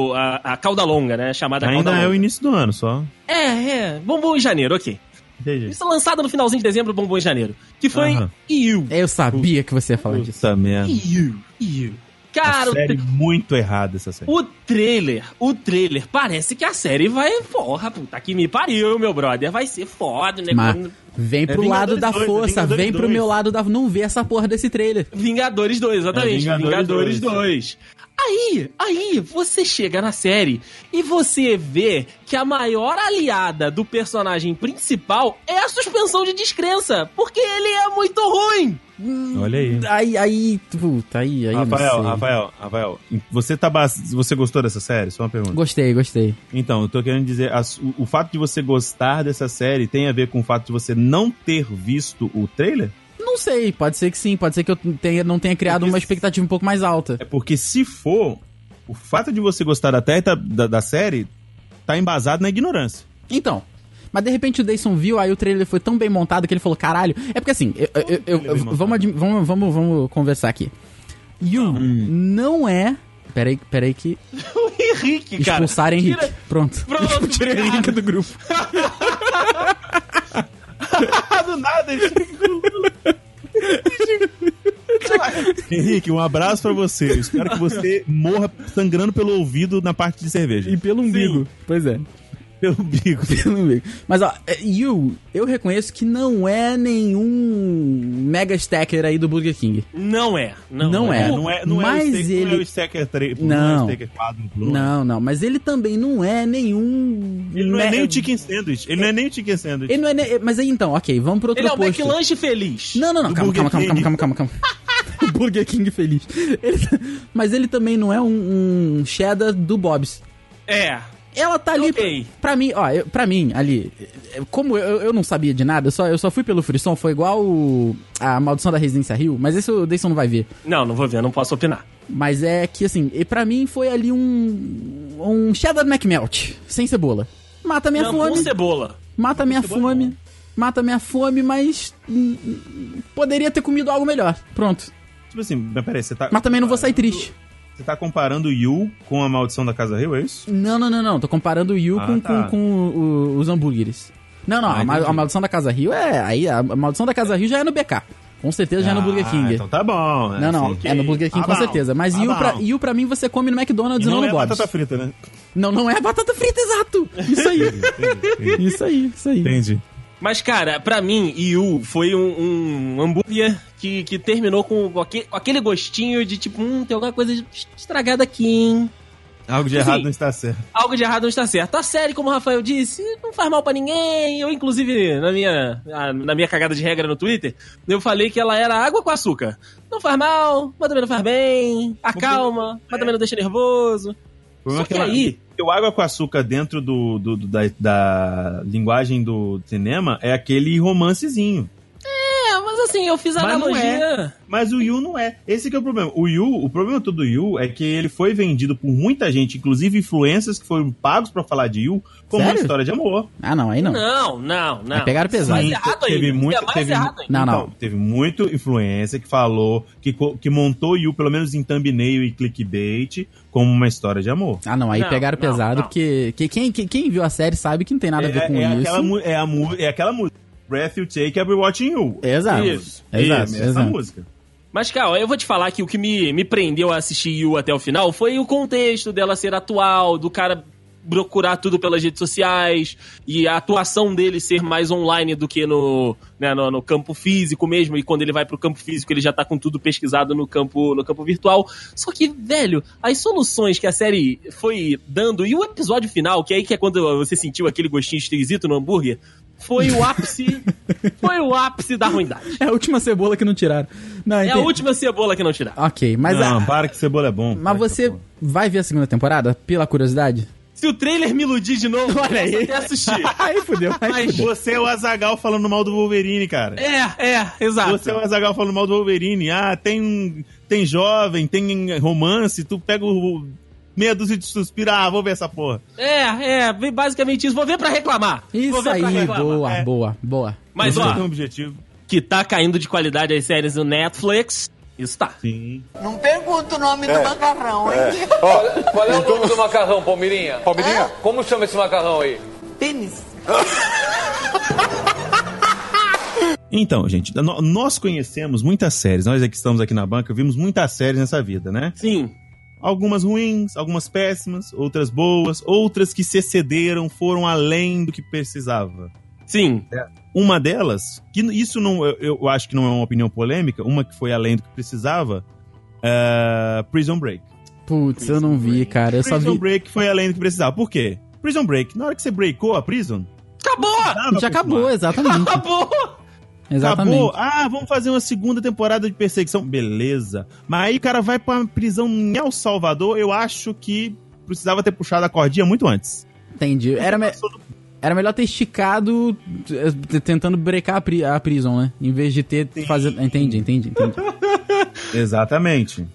S3: o- a, a cauda longa, né? Chamada
S4: Ainda
S3: cauda
S4: é o
S3: longa.
S4: início do ano só.
S3: É, é. Bombou em janeiro, ok.
S4: Entendi.
S3: Isso é lançado no finalzinho de dezembro, bombou em janeiro. Que foi
S4: Aham.
S3: You.
S2: Eu sabia que você ia falar disso.
S4: Puta merda.
S3: You. You.
S4: A
S3: Cara, o,
S4: série
S3: tra-
S4: muito errada essa série.
S3: o trailer, o trailer, parece que a série vai, porra, puta que me pariu, meu brother, vai ser foda, né?
S2: Mas vem pro
S4: Vingadores
S2: lado da
S4: 2, é
S2: força,
S4: Vingadores
S2: vem pro
S4: 2.
S2: meu lado da. Não vê essa porra desse trailer.
S3: Vingadores 2, exatamente.
S4: É, Vingadores
S3: Vingadores, 2. Aí, aí, você chega na série e você vê que a maior aliada do personagem principal é a suspensão de descrença, porque ele é muito ruim.
S4: Olha aí.
S2: Aí, aí, puta, aí, aí. eu não
S4: Rafael,
S2: sei.
S4: Rafael, Rafael, você tá bas- você gostou dessa série? Só uma pergunta.
S2: Gostei, gostei.
S4: Então, eu tô querendo dizer, as- o, o fato de você gostar dessa série tem a ver com o fato de você não ter visto o trailer?
S2: Não não sei. Pode ser que sim. Pode ser que eu tenha, não tenha criado
S4: Porque
S2: uma
S4: se-
S2: expectativa um pouco mais alta.
S4: É porque se for, o fato de você gostar da, teta, da, da série tá embasado na ignorância.
S2: Então. Mas de repente o Dayson viu, aí o trailer foi tão bem montado que ele falou, caralho. É porque assim, eu- eu- eu-
S4: trailer bem
S2: eu-
S4: montado?
S2: vamos, admi- vamos, vamos, vamos conversar aqui. Yu não é. Peraí, peraí que.
S3: O Henrique, cara.
S2: Expulsar Henrique.
S3: Tira-
S2: Pronto.
S3: Pronto,
S2: Tirei o
S3: obrigado.
S2: Henrique do grupo.
S3: Do nada, ele...
S4: Henrique, um abraço pra você. Eu espero que você morra sangrando pelo ouvido na parte de cerveja.
S2: E pelo umbigo. Pois é.
S4: pelo bico.
S2: Pelo umbigo. Mas ó, é, Yu, eu reconheço que não é nenhum mega stacker aí do Burger King.
S3: Não é. Não,
S2: Não é.
S4: Não é, não é
S2: Mas
S4: o Staker, não é
S2: ele-
S4: o Staker 3,
S2: Não.
S4: é o Staker 4, não.
S2: Não, não, mas ele também não é nenhum.
S4: Ele não é
S2: me-
S4: nem o Chicken Sandwich. Ele não é nem o Chicken Sandwich.
S2: Ele não é nem... Mas aí então, ok, vamos pro outro
S3: Ele é o
S2: posto.
S3: McLanche feliz.
S2: Não, não, não,
S4: do
S2: calma, calma, calma,
S4: Burger
S2: calma, calma, calma, calma. o Burger King feliz. Ele tá- Mas ele também não é um, um cheddar do Bob's.
S3: É.
S2: Ela tá ali.
S3: Ok.
S2: Pra mim, ó, eu, pra mim, ali. eh, Como eu, eu não sabia de nada, eu só, eu só fui pelo frisson, foi igual o- a Maldição da Residência Rio, mas esse o Dayson não vai ver.
S3: Não, não vou ver, não posso opinar.
S2: Mas é que, assim, e pra mim foi ali um. Um cheddar McMelt, sem cebola. Mata minha
S3: não,
S2: fome.
S3: com cebola.
S2: Mata minha
S4: é
S2: fome. Mata minha fome, mas. hum, hum, Poderia ter comido algo melhor. Pronto.
S4: Tipo assim, mas peraí, você tá.
S2: Mas também não vou sair triste.
S4: Você tá comparando o Yu com a maldição da Casa Rio, é isso?
S2: Não, não, não, não. Tô comparando o Yu
S4: Ah,
S2: com,
S4: tá.
S2: com, com o- os hambúrgueres. Não, não.
S4: Ah,
S2: a, ma-
S4: entendi.
S2: a maldição da Casa Rio é. Aí, a maldição da Casa Rio já é no BK. Com certeza já é no Burger
S4: Ah,
S2: King.
S4: Então tá bom. né?
S2: Não, não,
S4: Ok.
S2: é no Burger King
S4: Tá
S2: com
S4: bom,
S2: certeza. Mas
S4: tá
S2: Yu, pra,
S4: bom.
S2: Yu pra mim você come no
S4: E
S2: McDonald's e
S4: não,
S2: não,
S4: é
S2: no Bob's.
S4: batata frita, né?
S2: Não, não é batata frita, exato! Isso aí. isso aí, isso aí.
S4: Entendi.
S3: Mas, cara, pra mim, Yu foi um, um hambúrguer que, que terminou com aque- aquele gostinho de tipo, hum, tem alguma coisa estragada aqui, hein?
S4: Algo de
S3: Assim,
S4: errado não está certo.
S3: Algo de errado não está certo. A série, como o Rafael disse, não faz mal pra ninguém. Eu, inclusive, na minha, a- na minha cagada de regra no Twitter, eu falei que ela era água com açúcar. Não faz mal, mas também não faz bem. Acalma, mas também não deixa nervoso. Só
S4: é
S3: que aí,
S4: O água com açúcar dentro do, do- do- da, da linguagem do cinema é aquele romancezinho.
S3: é, mas assim, eu fiz a
S4: Mas não é.
S3: analogia.
S4: Mas o Yu não é. Esse que é o problema. O Yu, o problema todo do Yu é que ele foi vendido por muita gente, inclusive influencers que foram pagos pra falar de Yu, como
S2: Sério?
S4: uma história de amor.
S2: Ah, não, aí não.
S3: Não, não, não.
S2: Aí pegaram pesado.
S3: Mas errado ainda.
S4: teve
S3: Isso é
S4: muito,
S3: mais
S4: teve,
S3: errado ainda.
S2: Não, não.
S4: Então, teve muito influencer que falou que, co- que montou o Yu pelo menos em thumbnail e clickbait como uma história de amor.
S2: Ah, não, aí
S3: Não,
S2: pegaram
S3: não,
S2: pesado,
S3: não.
S2: porque que- quem, que- quem viu a série sabe que não tem nada a ver
S4: é,
S2: com
S4: é
S2: isso.
S4: Aquela, mu- é, a mu- é aquela música. Breath you take, I'll be watching you.
S2: Exato.
S4: Isso,
S2: Exato,
S4: isso, essa
S2: exato.
S4: música.
S3: Mas, cara, eu vou te falar que o que me, me prendeu a assistir Yu até o final foi o contexto dela ser atual, do cara procurar tudo pelas redes sociais e a atuação dele ser mais online do que no, né, no, no campo físico mesmo. E quando ele vai pro campo físico, ele já tá com tudo pesquisado no campo, no campo virtual. Só que, velho, as soluções que a série foi dando e o episódio final, que aí que é quando você sentiu aquele gostinho esquisito no hambúrguer, foi o ápice, foi o ápice da ruindade.
S2: É a última cebola que não tiraram. Não,
S3: É a
S2: entendi.
S3: última cebola que não tiraram.
S2: Ok, mas,
S4: não,
S2: a-
S4: para que cebola é bom. Para
S2: mas
S4: que
S2: você
S4: cebola.
S2: vai ver a segunda temporada, pela curiosidade?
S3: Se o trailer me iludir de novo,
S2: Olha
S3: eu posso
S2: aí.
S3: até assistir.
S2: Aí fudeu, aí
S3: Mas-
S2: fudeu.
S4: Você é o Azagal falando mal do Wolverine, cara.
S3: É, é, exato.
S2: um-
S4: Você é o Azagal falando mal do Wolverine. Ah, tem, tem jovem, tem romance, tu pega o. Meia dúzia de suspira, ah, vou ver essa porra.
S3: É, é, basicamente isso. Vou ver pra reclamar. Vou
S2: Isso
S3: ver pra
S2: aí,
S3: reclamar.
S2: boa,
S4: é.
S2: boa, boa.
S3: Mas
S4: Você tem um
S3: ó,
S4: objetivo.
S3: que tá caindo de qualidade as séries no Netflix, isso tá.
S4: Sim.
S6: É.
S5: Não pergunta o nome do macarrão, hein?
S6: Qual, qual é o nome do macarrão, Palmirinha?
S5: Palmirinha?
S6: Como chama esse macarrão aí?
S5: Pênis.
S4: Então, gente, no- nós conhecemos muitas séries. Nós é que estamos aqui na banca, vimos muitas séries nessa vida, né?
S3: Sim.
S4: Algumas ruins, algumas péssimas, outras boas, outras que se excederam, foram além do que precisava.
S3: Sim.
S4: Uma delas, que n- isso não, eu, eu acho que não é uma opinião polêmica, uma que foi além do que precisava, é Prison Break.
S2: Putz, eu não vi, cara. Eu só
S4: Prison
S2: vi.
S4: Break foi além do que precisava. Por quê? Prison Break, na hora que você breakou a Prison,
S3: Acabou!
S4: dava
S2: Já
S4: pra
S2: acabou,
S4: continuar.
S2: exatamente.
S3: Acabou!
S4: Acabou.
S2: Exatamente.
S4: Ah, vamos fazer uma segunda temporada de perseguição. Beleza. Mas aí o cara vai pra prisão em El Salvador, eu acho que precisava ter puxado a cordinha muito antes.
S2: Entendi. Era me- Era melhor ter esticado eh, t- tentando brecar a, pri a prison, né? Em vez de ter fazer. Entendi, entendi, entendi.
S4: Exatamente.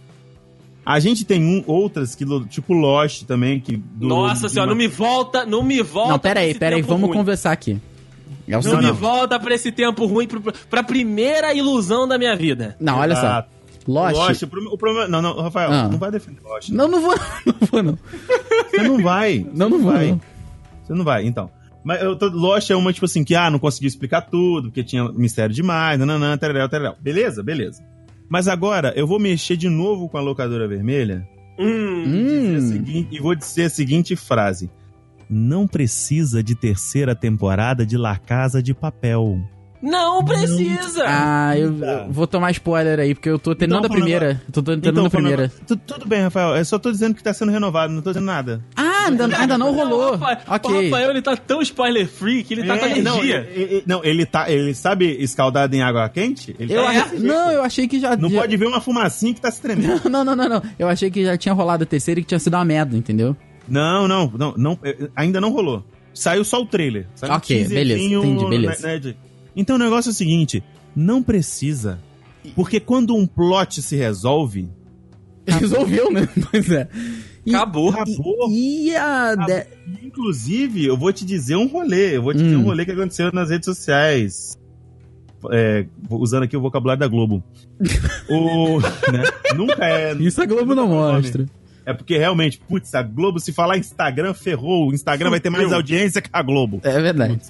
S4: A gente tem um, outras que, lo- tipo Lost também, que. do-
S3: Nossa
S4: de
S3: senhora,
S4: uma-
S3: não me volta, não me volta.
S2: Não, pera
S3: pra
S2: aí,
S3: esse
S2: pera aí,
S3: tá tempo
S2: vamos
S3: ruim.
S2: conversar aqui. É o
S3: Não me
S2: seguinte.
S3: volta pra esse tempo ruim, pro- pra primeira ilusão da minha vida.
S2: Não, olha só.
S4: Ah,
S2: Lost.
S4: Lost, o pro- o problema. Não, não, Rafael,
S2: Ah.
S4: não vai defender Lost.
S2: Não, não vou, não vou, não.
S4: Você não vai.
S2: Não, não vou, não.
S4: Você não vai, então. Mas eu tô- Lost é uma, tipo assim, que, ah, não conseguiu explicar tudo, porque tinha mistério demais, nananã, tereréu, tereréu. Beleza, beleza. Mas agora, eu vou mexer de novo com a locadora vermelha
S3: Hum.
S4: dizer a
S2: Hum,
S4: seguinte- e vou dizer a seguinte frase. Não precisa de terceira temporada de La Casa de Papel.
S3: Não precisa!
S2: ah, eu eu vou tomar spoiler aí, porque eu tô tentando
S4: Então,
S2: a primeira. Eu tô tentando a primeira.
S4: falando- tu- tudo bem, Rafael. Eu só tô dizendo que tá sendo renovado, não tô dizendo nada.
S2: Ah, ainda, ainda não rolou.
S3: Rafa- O
S2: Ok.
S3: Rafael, ele tá tão spoiler free que ele tá com
S4: É, não,
S3: alergia.
S4: ele, ele- não, ele tá. Ele sabe escaldado em água quente? Ele
S2: Eu
S4: tá-
S2: ach- Não, eu achei que já.
S4: Não
S2: já-
S4: pode ver uma fumacinha que tá se tremendo.
S2: Não, não, não, não. Eu achei que já tinha rolado a terceira e que tinha sido uma merda, entendeu?
S4: Não, não, não, não, eh, ainda não rolou. Saiu só o trailer. Saiu um
S2: Ok, beleza, entendi, beleza.
S4: né, de- Então o negócio é o seguinte: não precisa. Porque quando um plot se resolve,
S2: Resolveu, né? Pois é. E-
S3: Acabou.
S4: acabou.
S2: E, e a.
S4: Acabou.
S2: de-
S4: Inclusive, eu vou te dizer um rolê. Eu vou te
S2: Hum.
S4: dizer um rolê que aconteceu nas redes sociais. É, usando aqui o vocabulário da Globo. o, né, Nunca é.
S2: Isso a Globo não mostra.
S4: É porque realmente, putz, a Globo, se falar Instagram, ferrou. O Instagram vai ter mais
S3: Fudeu.
S4: audiência que a Globo.
S2: É verdade.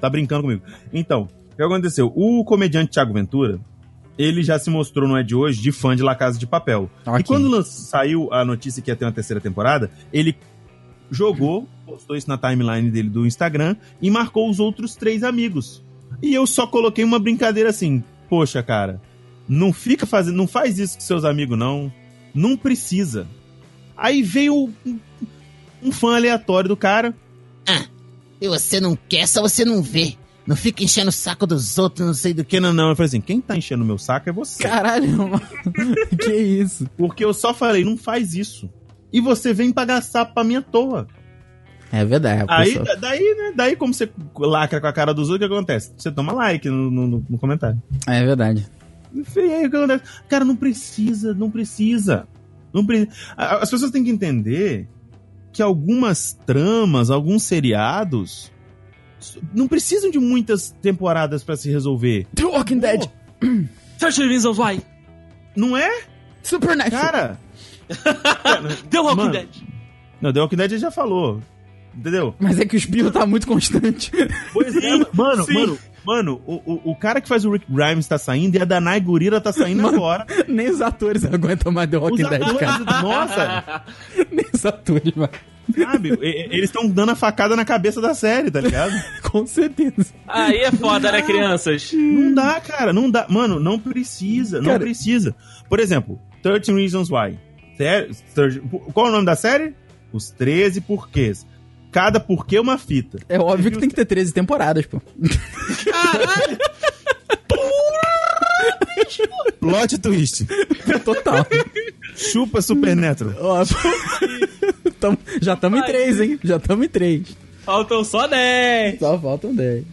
S4: Tá brincando comigo. Então, o que aconteceu? O comediante Thiago Ventura, ele já se mostrou, não é de hoje, de fã de La Casa de Papel.
S2: Ok.
S4: E quando lan- saiu a notícia que ia ter uma terceira temporada, ele jogou, postou isso na timeline dele do Instagram e marcou os outros três amigos. E eu só coloquei uma brincadeira assim: Poxa, cara, não fica fazendo, não faz isso com seus amigos, não. Não precisa. Aí veio um, um fã aleatório do cara.
S7: Se Ah, você não quer, só você não vê. Não fica enchendo o saco dos outros, não sei do que.
S4: Que não, não. Eu falei assim: quem tá enchendo meu saco é você.
S2: Caralho, mano. que isso?
S4: Porque eu só falei, não faz isso. E você vem pagar sapo pra mim à toa.
S2: É verdade. a
S4: Aí,
S2: pessoa-
S4: da- daí, né? Daí, como você lacra com a cara dos outros, o que acontece? Você toma like no, no- no comentário.
S2: É verdade.
S4: Enfim, aí o que acontece? Cara, não precisa, não precisa. Não pre... A- As pessoas têm que entender que algumas tramas, alguns seriados, não precisam de muitas temporadas pra se resolver.
S2: The Walking Dead,
S3: Fecha o Reason Why.
S4: Não é,
S2: Supernatural.
S4: cara?
S3: The Walking
S4: Mano.
S3: Dead.
S4: não, The Walking Dead já falou. Entendeu?
S2: Mas é que o espirro tá muito constante.
S4: Pois é, mano,
S3: sim.
S4: mano, mano, o, o, o cara que faz o Rick Grimes tá saindo e a Danai Gurira tá saindo agora.
S2: Nem os atores aguentam mais The Walking
S4: Os
S2: Dead,
S4: atores-
S2: cara.
S4: Nossa,
S2: Nem os atores, mano.
S4: sabe? E- e- Eles estão dando a facada na cabeça da série, tá ligado?
S2: Com certeza.
S3: Aí é foda, né, crianças?
S4: Não dá, cara, não dá. Mano, não precisa, não
S2: Cara-
S4: precisa. Por exemplo, 13 Reasons Why. Sério? 13 Qual é o nome da série? Os 13 Porquês. Cada porquê uma fita.
S2: É óbvio que tem que ter 13 temporadas, pô.
S4: É Plot twist.
S2: Total.
S4: Chupa Supernatural.
S2: Ó, tamo- já estamos em 3, hein? Já estamos em 3.
S3: Faltam só 10.
S2: Só faltam 10.
S4: Hum.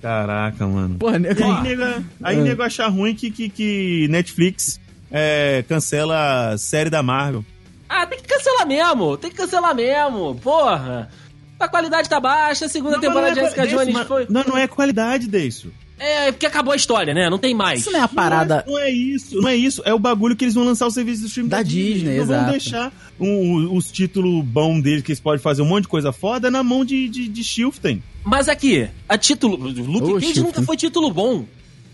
S4: Caraca, mano.
S2: Porra, nego.
S4: E aí, nega, aí
S2: Ah.
S4: nego achar ruim que, que, que Netflix é, cancela a série da Marvel.
S3: Ah, tem que cancelar mesmo. Tem que cancelar mesmo. Porra. A qualidade tá baixa. A segunda temporada de Jessica
S4: Deisso,
S3: Jones
S4: é mas-
S3: foi...
S4: Não, não é qualidade disso.
S3: É, porque acabou a história, né? Não tem mais.
S2: Isso não é a parada.
S4: Não é isso, não é isso. É o bagulho que eles vão lançar o serviço de streaming
S2: Da Disney,
S4: Eles não
S2: exato.
S4: vão deixar o- o- os títulos bons deles, que eles podem fazer um monte de coisa foda, na mão de, de, de Shiften.
S3: Mas aqui, a título... Luke
S2: Ô,
S3: Cage
S2: Chico.
S3: nunca foi título bom.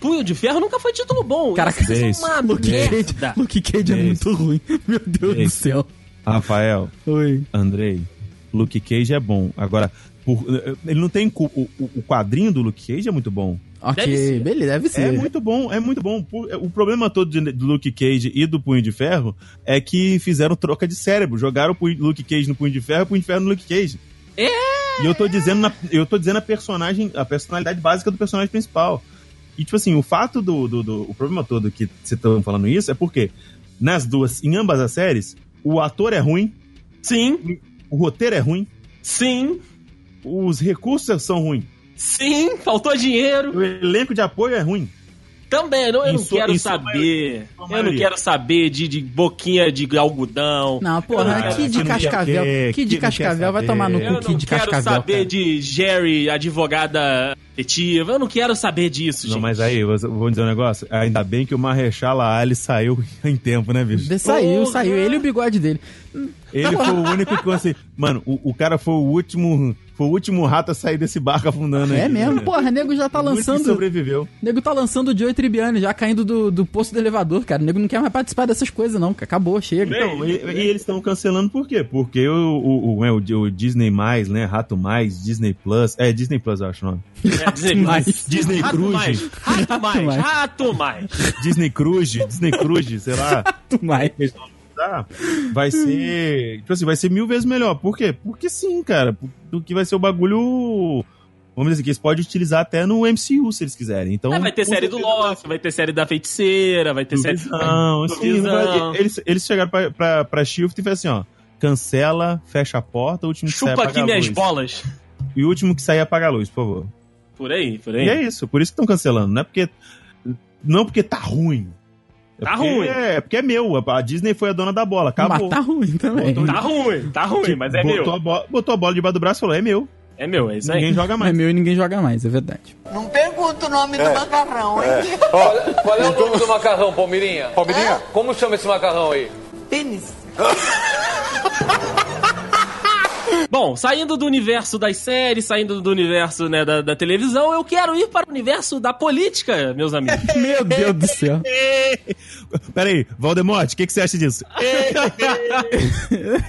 S3: Punho de Ferro nunca foi título bom.
S2: Caraca,
S3: Esses são uma
S2: Luke Cage,
S3: merda.
S2: Luke Cage é
S4: Dez.
S2: muito ruim. Meu Deus do
S4: Dez.
S2: céu.
S4: Rafael,
S2: Oi.
S4: Andrei, Luke Cage é bom. Agora, por- ele não tem. cu- O, o- o quadrinho do Luke Cage é muito bom.
S2: Ok,
S3: Deve ser.
S2: beleza, deve ser.
S4: É muito bom, é muito bom. Pu- O problema todo de- do Luke Cage e do Punho de Ferro é que fizeram troca de cérebro. Jogaram o Punho- Luke Cage no Punho de Ferro e o Punho de Ferro no Luke Cage. E eu tô dizendo, na- eu tô dizendo a personagem, a personalidade básica do personagem principal. E tipo assim, o fato do, do, do- o problema todo que vocês estão falando isso é porque nas duas, em ambas as séries, o ator é ruim,
S3: Sim,
S4: o roteiro é ruim,
S3: sim.
S4: os recursos são ruins.
S3: Sim, faltou dinheiro.
S4: O elenco de apoio é ruim.
S3: Também, eu não, eu
S4: Em
S3: não
S4: sua-
S3: quero
S4: em sua
S3: saber.
S4: sua
S3: eu não
S4: maioria.
S3: quero saber de, de boquinha de algodão.
S2: Não, porra,
S4: Cara,
S2: aqui de
S4: que não quer
S2: Cascavel.
S4: ter,
S2: Aqui de
S4: que não quer
S2: Cascavel vai
S4: saber.
S2: tomar no
S4: Eu
S2: cu
S3: eu
S2: que
S3: não
S2: um de
S3: quero
S2: Cascavel.
S3: saber
S2: cara.
S3: de Jerry, advogada efetiva. Eu não quero saber disso,
S4: Não,
S3: gente.
S4: mas aí, eu vou dizer um negócio. Ainda bem que o Marrechal Ali saiu em tempo, né, bicho?
S2: De- Saiu,
S3: Porra.
S2: saiu. Ele e o bigode dele.
S4: Ele foi o único que conseguiu. Mano, o, o cara foi o último. Foi o último rato a sair desse barco afundando
S2: É
S4: aí,
S2: mesmo,
S4: né?
S2: porra. Nego já tá
S4: O único que
S2: lançando.
S4: sobreviveu.
S2: Nego tá lançando o Joey Tribbiani já caindo do, do poço do elevador, cara. O nego não quer mais participar dessas coisas, não. cara. Acabou, chega.
S4: Então, e, e eles estão cancelando por quê? Porque o, o, o- é, o, o Disney, mais, né? Rato Mais, Disney Plus. É, Disney Plus, eu acho o nome.
S3: É, Disney mais.
S4: Disney
S3: Rato
S4: Cruise.
S3: mais. Rato mais.
S2: mais.
S3: Rato mais.
S4: Disney Cruise, Disney Cruise, sei lá.
S2: Tu mais.
S4: tá? Vai ser. Tipo assim, vai ser mil vezes melhor. Por quê? Porque sim, cara. Do que vai ser o bagulho. Vamos dizer assim, que eles podem utilizar até no MCU se eles quiserem. Então,
S3: Ah, vai ter
S4: com
S3: série do
S4: certeza-
S3: Lost, vai ter série da feiticeira, vai ter série.
S4: Não,
S3: do
S4: sim, não vai-
S3: Visão.
S4: eles, eles chegaram pra, pra, pra Shift e foi assim, ó. Cancela, fecha a porta, o último que sair
S3: Chupa
S4: apaga
S3: aqui
S4: a
S3: minhas
S4: luz.
S3: bolas.
S4: E o último que sair apaga a luz, por favor.
S3: Por aí, por
S4: E é
S3: aí.
S4: isso, por isso que estão cancelando. Não é porque. Não porque tá ruim. É
S3: Tá
S4: porque-
S3: ruim.
S4: É porque é meu. A Disney foi a dona da bola. Acabou.
S2: Mas tá ruim também.
S4: Botou-
S3: Tá ruim, tá ruim, mas é
S4: Tipo, botou
S3: meu.
S4: A bola, botou a bola debaixo do braço e falou: é meu.
S3: É meu, é isso aí.
S4: Ninguém joga
S2: É
S4: mais.
S2: meu e ninguém joga mais, é verdade.
S5: Não pergunta o nome
S6: É.
S5: do macarrão, hein?
S6: Qual, qual é o nome do macarrão, Palmeirinha?
S8: Palmeirinha?
S6: Como chama esse macarrão aí?
S5: Pênis.
S3: Bom, saindo do universo das séries, saindo do universo né, da, da televisão, eu quero ir para o universo da política, meus amigos.
S2: Meu Deus do céu.
S4: Peraí, Valdemorte, o que, que você acha disso?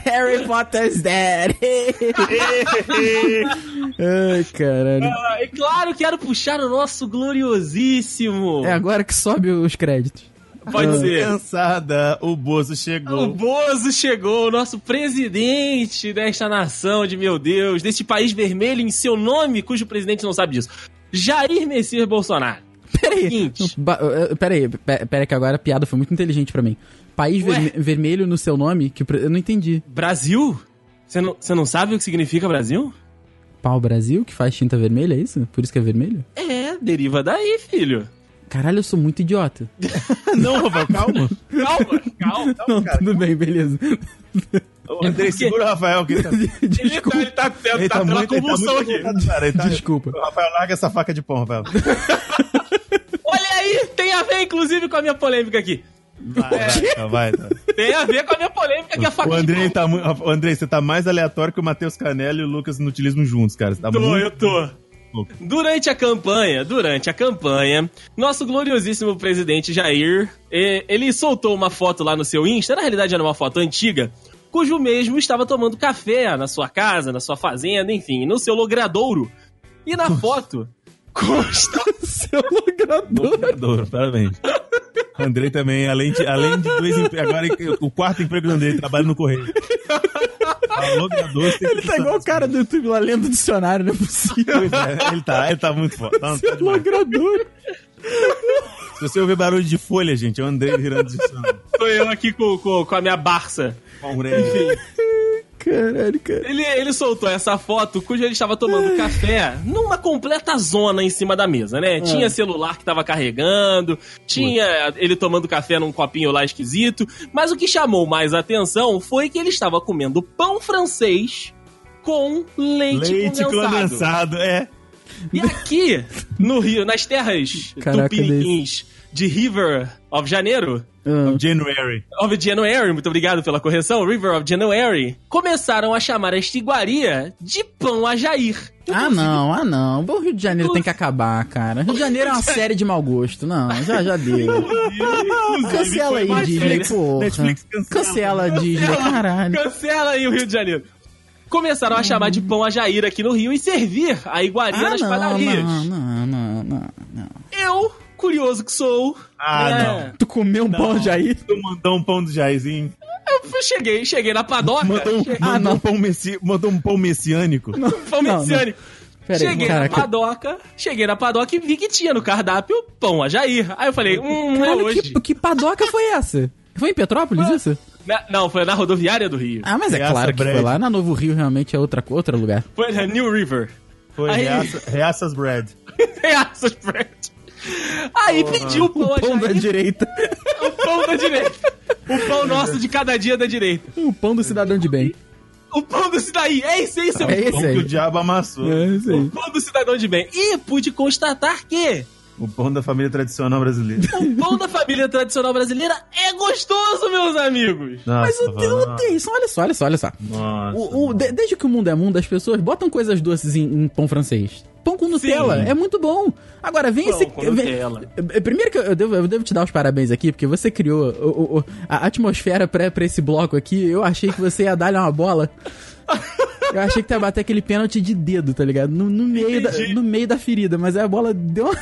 S2: Harry Potter's dead. Ai, caralho.
S3: Ah, e claro, quero puxar o nosso gloriosíssimo.
S2: É agora que sobe os créditos.
S3: Pode ser.
S4: Cansada, o Bozo
S3: O
S4: chegou.
S3: Bozo chegou, o nosso presidente desta nação de meu Deus, deste país vermelho em seu nome, cujo presidente não sabe disso. Jair Messias Bolsonaro. É
S2: Peraí.
S3: Seguinte.
S2: Ba- eh, Peraí, pe- peraí, que agora a piada foi muito inteligente pra mim. País
S3: Ué?
S2: verme- vermelho no seu nome? Que pre- eu não entendi.
S3: Brasil? Você não, você não sabe o que significa Brasil?
S2: Pau Brasil, que faz tinta vermelha, é isso? Por isso que é vermelho?
S3: É, deriva daí, filho.
S2: Caralho, eu sou muito idiota.
S4: Ah, Não, Rafael, calma.
S3: Calma, calma.
S2: não, tudo bem, beleza.
S4: Ô, Andrei, segura o Rafael que ele tá.
S2: Desculpa.
S3: tá,
S4: Ele tá muito, ele tá muito revoltado, cara. Ele tá-
S2: Desculpa.
S4: Rafael, larga essa faca de pão, Rafael.
S3: Olha aí, tem a ver inclusive com a minha polêmica aqui.
S4: Vai, vai, tá, vai. tá.
S3: Tem a ver com a minha polêmica que é a faca
S4: O
S3: de
S4: Andrei, tá mu- o Andrei, você tá mais aleatório que o Matheus Canelli e o Lucas Nutilismo juntos, cara. Você tá
S3: Tô,
S4: muito...
S3: eu tô. Durante a campanha, durante a campanha, nosso gloriosíssimo presidente Jair, eh, ele soltou uma foto lá no seu Insta, na realidade era uma foto antiga, cujo mesmo estava tomando café na sua casa, na sua fazenda, enfim, no seu logradouro. E na foto consta
S2: Seu logrador.
S4: Adoro, parabéns. Andrei também, além de, além de dois empregos, agora o quarto emprego do Andrei, trabalha no correio. Alô, ganhador, você tem que
S2: Ele tá igual o cara do YouTube lá lendo o dicionário, não é possível.
S4: Pois é, ele tá, ele tá muito foda. Tá- tá
S2: Seu
S4: demais.
S2: logrador.
S4: Se você ouvir barulho de folha, gente, é o André virando de sono.
S3: sou eu aqui com, com, com a minha Barça.
S2: tipo, Caralho, cara.
S3: Ele, ele soltou essa foto cujo ele estava
S4: É.
S3: tomando café numa completa zona em cima da mesa,
S4: É.
S3: né? Tinha celular que estava carregando, tinha ele tomando café num copinho lá esquisito, mas o que chamou mais atenção foi que ele estava comendo pão francês com leite,
S4: Leite
S2: um
S3: condensado.
S4: condensado, é.
S3: E aqui, no Rio, nas terras
S2: Caraca,
S3: tupiniquins de River of Janeiro,
S2: Ah,
S4: January.
S3: of January, muito obrigado pela correção, River of January, começaram a chamar esta iguaria de pão a Jair.
S2: Ah, não, ah, não. O Rio de Janeiro tem que acabar, cara. Rio de Janeiro é uma série de mau gosto. Não, já, já deu. Ah, Cancela aí,
S3: mais
S2: Disney,
S3: Netflix-
S2: porra.
S4: Netflix cancela.
S2: Cancela, Disney, caralho.
S3: Cancela aí o Rio de Janeiro. Começaram a chamar de pão a Jair aqui no Rio e servir a iguaria
S2: Ah,
S3: nas
S2: não,
S3: padarias.
S2: não, não, não, não, não.
S3: Eu, curioso que sou,
S4: Ah,
S3: né,
S4: não.
S2: Tu comeu um pão de aí?
S4: Tu mandou um pão do Jairzinho.
S3: eu cheguei, cheguei na padoca,
S4: Mandou um,
S3: cheguei
S2: Ah,
S4: mandou
S2: não.
S4: um pão messi, mandou um pão messiânico.
S3: no pão
S2: não,
S3: messiânico.
S2: Peraí,
S3: cheguei na
S2: caraca.
S3: padoca, cheguei na padoca e vi que tinha no cardápio pão a Jair. Aí eu falei, hum, é
S2: Caralho,
S3: hoje.
S2: que, que padoca foi essa? Foi em Petrópolis isso?
S3: Na- não, foi na rodoviária do Rio.
S2: Ah, mas é
S4: Reaça
S2: claro que
S4: Bread.
S2: foi lá. Na Novo Rio realmente é outra, outro lugar.
S3: Foi na New River.
S4: Foi
S3: Aí-
S4: Reaça- Reaças Bread.
S3: Reaças, Fred. Aí pediu o pão,
S2: O pão
S3: achar-
S2: da direita.
S3: o pão da direita. O pão nosso de cada dia da direita.
S2: O pão do cidadão de bem.
S3: O pão do Cidadão. É isso, é isso.
S2: É
S4: Pão
S2: esse
S4: que o
S2: aí.
S4: diabo amassou.
S2: É esse
S3: O
S2: aí.
S3: pão do cidadão de bem. E pude constatar que
S4: O pão da família tradicional brasileira.
S3: o pão da família tradicional brasileira é gostoso, meus amigos.
S2: Mas
S4: Nossa,
S2: o o
S4: mano.
S2: Deison, olha só, olha só, olha só.
S4: Nossa.
S2: O- o- de- desde que o mundo é mundo, as pessoas botam coisas doces em, em pão francês. Pão com Nutella é muito bom. Agora, vem
S3: Pão
S2: esse.
S3: com
S2: vem-
S3: Nutella.
S2: Eh, Primeiro que eu eu devo, eu devo te dar os parabéns aqui, porque você criou o- o- o- a atmosfera pra, pra esse bloco aqui. Eu achei que você ia dar uma bola. Eu achei que tu ia bater aquele pênalti de dedo, tá ligado? No, no meio, da,
S3: Entendi.
S2: no meio da ferida, mas aí a bola deu uma,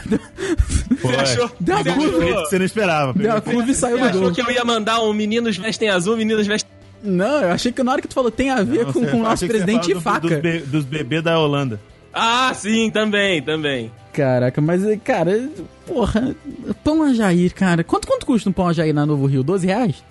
S4: Pô, é.
S3: achou?
S2: deu uma
S3: Você
S2: curva.
S3: achou?
S4: Você não esperava.
S2: Deu uma
S4: Pedro.
S2: curva e saiu
S3: Você
S2: do
S3: achou
S2: gol.
S3: que eu ia mandar um meninos vestem azul, meninas vestem...
S2: Não, eu achei que na hora que tu falou tem a ver
S4: Não,
S2: com,
S4: você-
S2: com o nosso
S4: achei que você
S2: presidente e
S4: falava do-
S2: faca.
S4: Dos, be- dos bebês da Holanda.
S3: Ah, sim, também, também.
S2: Caraca, mas, eh, cara, porra, pão a Jair, cara. Quanto, quanto custa um pão a Jair na Novo Rio? 12 reais?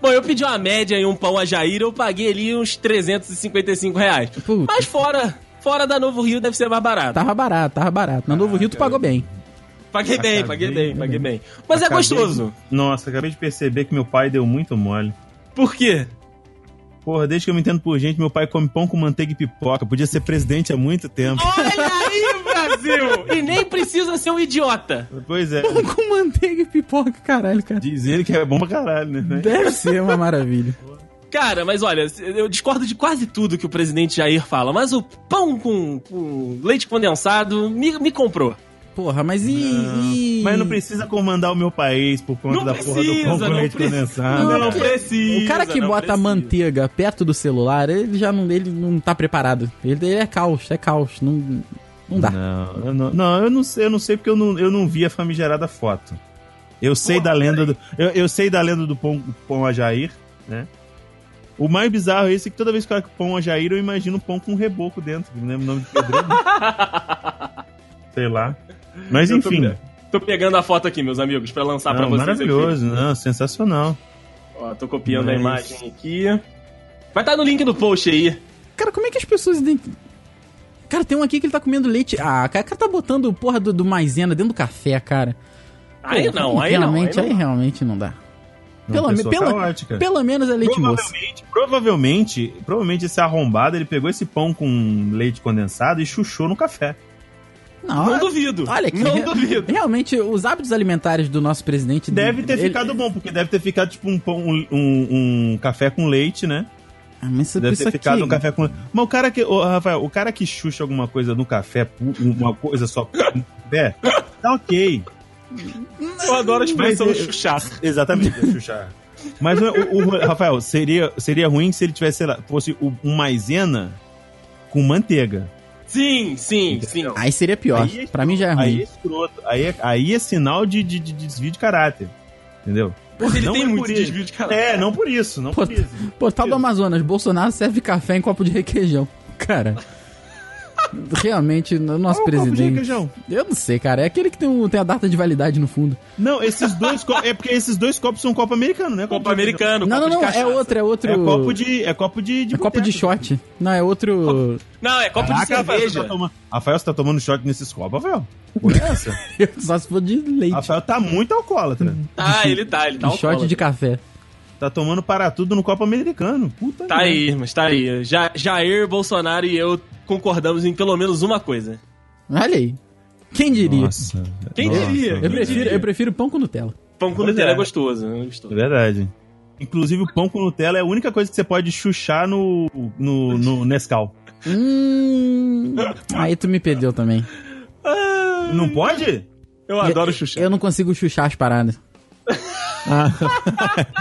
S3: Bom, eu pedi uma média e um pão a Jair, eu paguei ali uns 355 reais.
S2: Puta.
S3: Mas fora, fora da Novo Rio deve ser mais
S4: Tá.
S3: barato.
S2: Tava barato, tava barato. Na Novo Rio tu pagou bem.
S3: Paguei bem,
S4: Acabei-
S3: paguei bem, paguei bem. Mas é
S4: Acabei-
S3: gostoso.
S4: Nossa, acabei de perceber que meu pai deu muito mole.
S3: Por quê?
S4: Porra, desde que eu me entendo por gente, meu pai come pão com manteiga e pipoca. Podia ser presidente há muito tempo.
S3: Olha aí, Brasil! E nem precisa ser um idiota.
S4: Pois é.
S2: Pão com manteiga e pipoca, caralho, cara.
S4: Diz ele que é bom pra caralho, né?
S2: Deve ser uma maravilha.
S3: Cara, mas olha, eu discordo de quase tudo que o presidente Jair fala, mas o pão com, com leite condensado me, me comprou.
S2: Porra, mas e. e-
S4: Mas não precisa comandar o meu país por conta
S3: Não
S4: da porra do
S3: precisa,
S4: pão com
S3: não
S4: leite
S3: precisa.
S4: condensado.
S2: Não,
S4: né?
S2: não
S3: precisa.
S2: O cara que
S3: não
S2: bota
S3: precisa.
S2: manteiga perto do celular, ele já não, ele não tá preparado. Ele, ele é caos, é caos. Não, não
S3: Tá.
S2: dá.
S4: Não, eu não, não, eu não sei, eu não sei porque eu não, eu não vi a famigerada foto. Eu sei da lenda do. Eu, eu sei da lenda do pão, pão a Jair, né? O mais bizarro é esse que toda vez que eu olho pão a Jair, eu imagino um pão com um reboco dentro. Não lembro o nome do pedreiro. sei lá. Mas
S3: Eu tô
S4: enfim.
S3: me- Tô pegando a foto aqui, meus amigos, pra lançar pra
S4: não,
S3: vocês.
S4: maravilhoso, não, sensacional.
S3: aqui. Ó, tô copiando a
S4: Mas-
S3: imagem aqui. Vai estar no link do post aí.
S2: Cara, como é que as pessoas. ident- Cara, tem um aqui que ele tá comendo leite. Ah, cara, o cara tá botando porra do, do maisena dentro do café, cara.
S3: Aí
S2: Pô,
S3: não, aí não.
S2: realmente, é
S3: aí não.
S2: realmente não dá. Pelo,
S4: Uma
S2: me-
S4: pessoa tá
S2: pelo,
S4: caótica.
S2: pelo menos é leite moça.
S4: Provavelmente, provavelmente, provavelmente esse arrombado ele pegou esse pão com leite condensado e chuchou no café.
S2: Não,
S3: Não duvido.
S2: Olha que
S3: Não
S2: re-
S3: duvido.
S2: Realmente, os hábitos alimentares do nosso presidente.
S4: Deve ter
S2: ele-
S4: ficado bom, porque deve ter ficado tipo um pão, um, um- um café com leite, né?
S2: Ah, mas isso,
S4: Deve
S2: isso
S4: ter ficado
S2: aqui...
S4: um café com leite. Mas o cara que. ô, Rafael, o cara que chucha alguma coisa no café, pu- um, uma coisa só no café, tá ok.
S3: Eu adoro a expressão
S4: Mas- é-
S3: chuchar.
S4: Exatamente, é chuchar. Mas o, o- o- Rafael, seria, seria ruim se ele tivesse, sei lá, fosse o- um maisena com manteiga.
S3: Sim, sim, sim.
S2: Aí seria pior.
S4: Aí-
S2: pra mim já é
S4: Aí é
S2: ruim.
S4: escroto. Aí é, aí é sinal de, de- de desvio de caráter. Entendeu?
S3: Mas ele
S4: Não
S3: tem um
S4: é
S3: muito
S4: por isso.
S3: desvio de cara.
S4: É, não por isso, não
S2: Pô, tá
S4: por isso.
S2: pô, tal do Amazonas, Bolsonaro serve café em copo de requeijão. Cara. Realmente, o nosso
S4: Qual o copo de
S2: presidente.
S4: requeijão?
S2: Eu não sei, cara. É aquele que tem, um- tem a data de validade no fundo.
S4: Não, esses dois copos. É porque esses dois copos são copo americano, né?
S3: Copa americano,
S2: não,
S3: copo
S2: não,
S3: de
S2: não. É
S3: cachaça.
S2: outro, é outro.
S4: É copo de. É copo de.
S2: é copo de
S4: boteco.
S2: shot. Não, é outro.
S3: Não, é copo de
S4: Caraca, Rafael, você
S3: cerveja.
S4: tá tomando... Rafael, você tá tomando shot nesses copos, Rafael? Por essa?
S2: Só se for de leite.
S4: Rafael tá muito alcoólatra.
S2: Uhum.
S3: Ah, ele tá, ele tá
S2: de Um shot
S3: alcoólatra.
S2: de café.
S4: Tá tomando para tudo no copo americano. Puta
S3: Tá
S4: merda.
S3: aí, mas tá aí. Ja, Jair, Bolsonaro e eu concordamos em pelo menos uma coisa.
S2: Olha aí. Quem diria?
S4: Nossa.
S3: Quem
S4: Nossa.
S3: diria?
S2: eu, prefiro, eu prefiro pão com Nutella.
S3: Pão com
S4: Pois
S3: Nutella
S4: é.
S3: é gostoso, é
S4: É
S3: gostoso.
S4: verdade. Inclusive, o pão com Nutella é a única coisa que você pode chuchar no, no, no Nescau.
S2: Hum. Aí tu me perdeu também.
S4: Não pode?
S3: Eu adoro chuchu.
S2: Eu não consigo chuchar as paradas.
S4: Ah.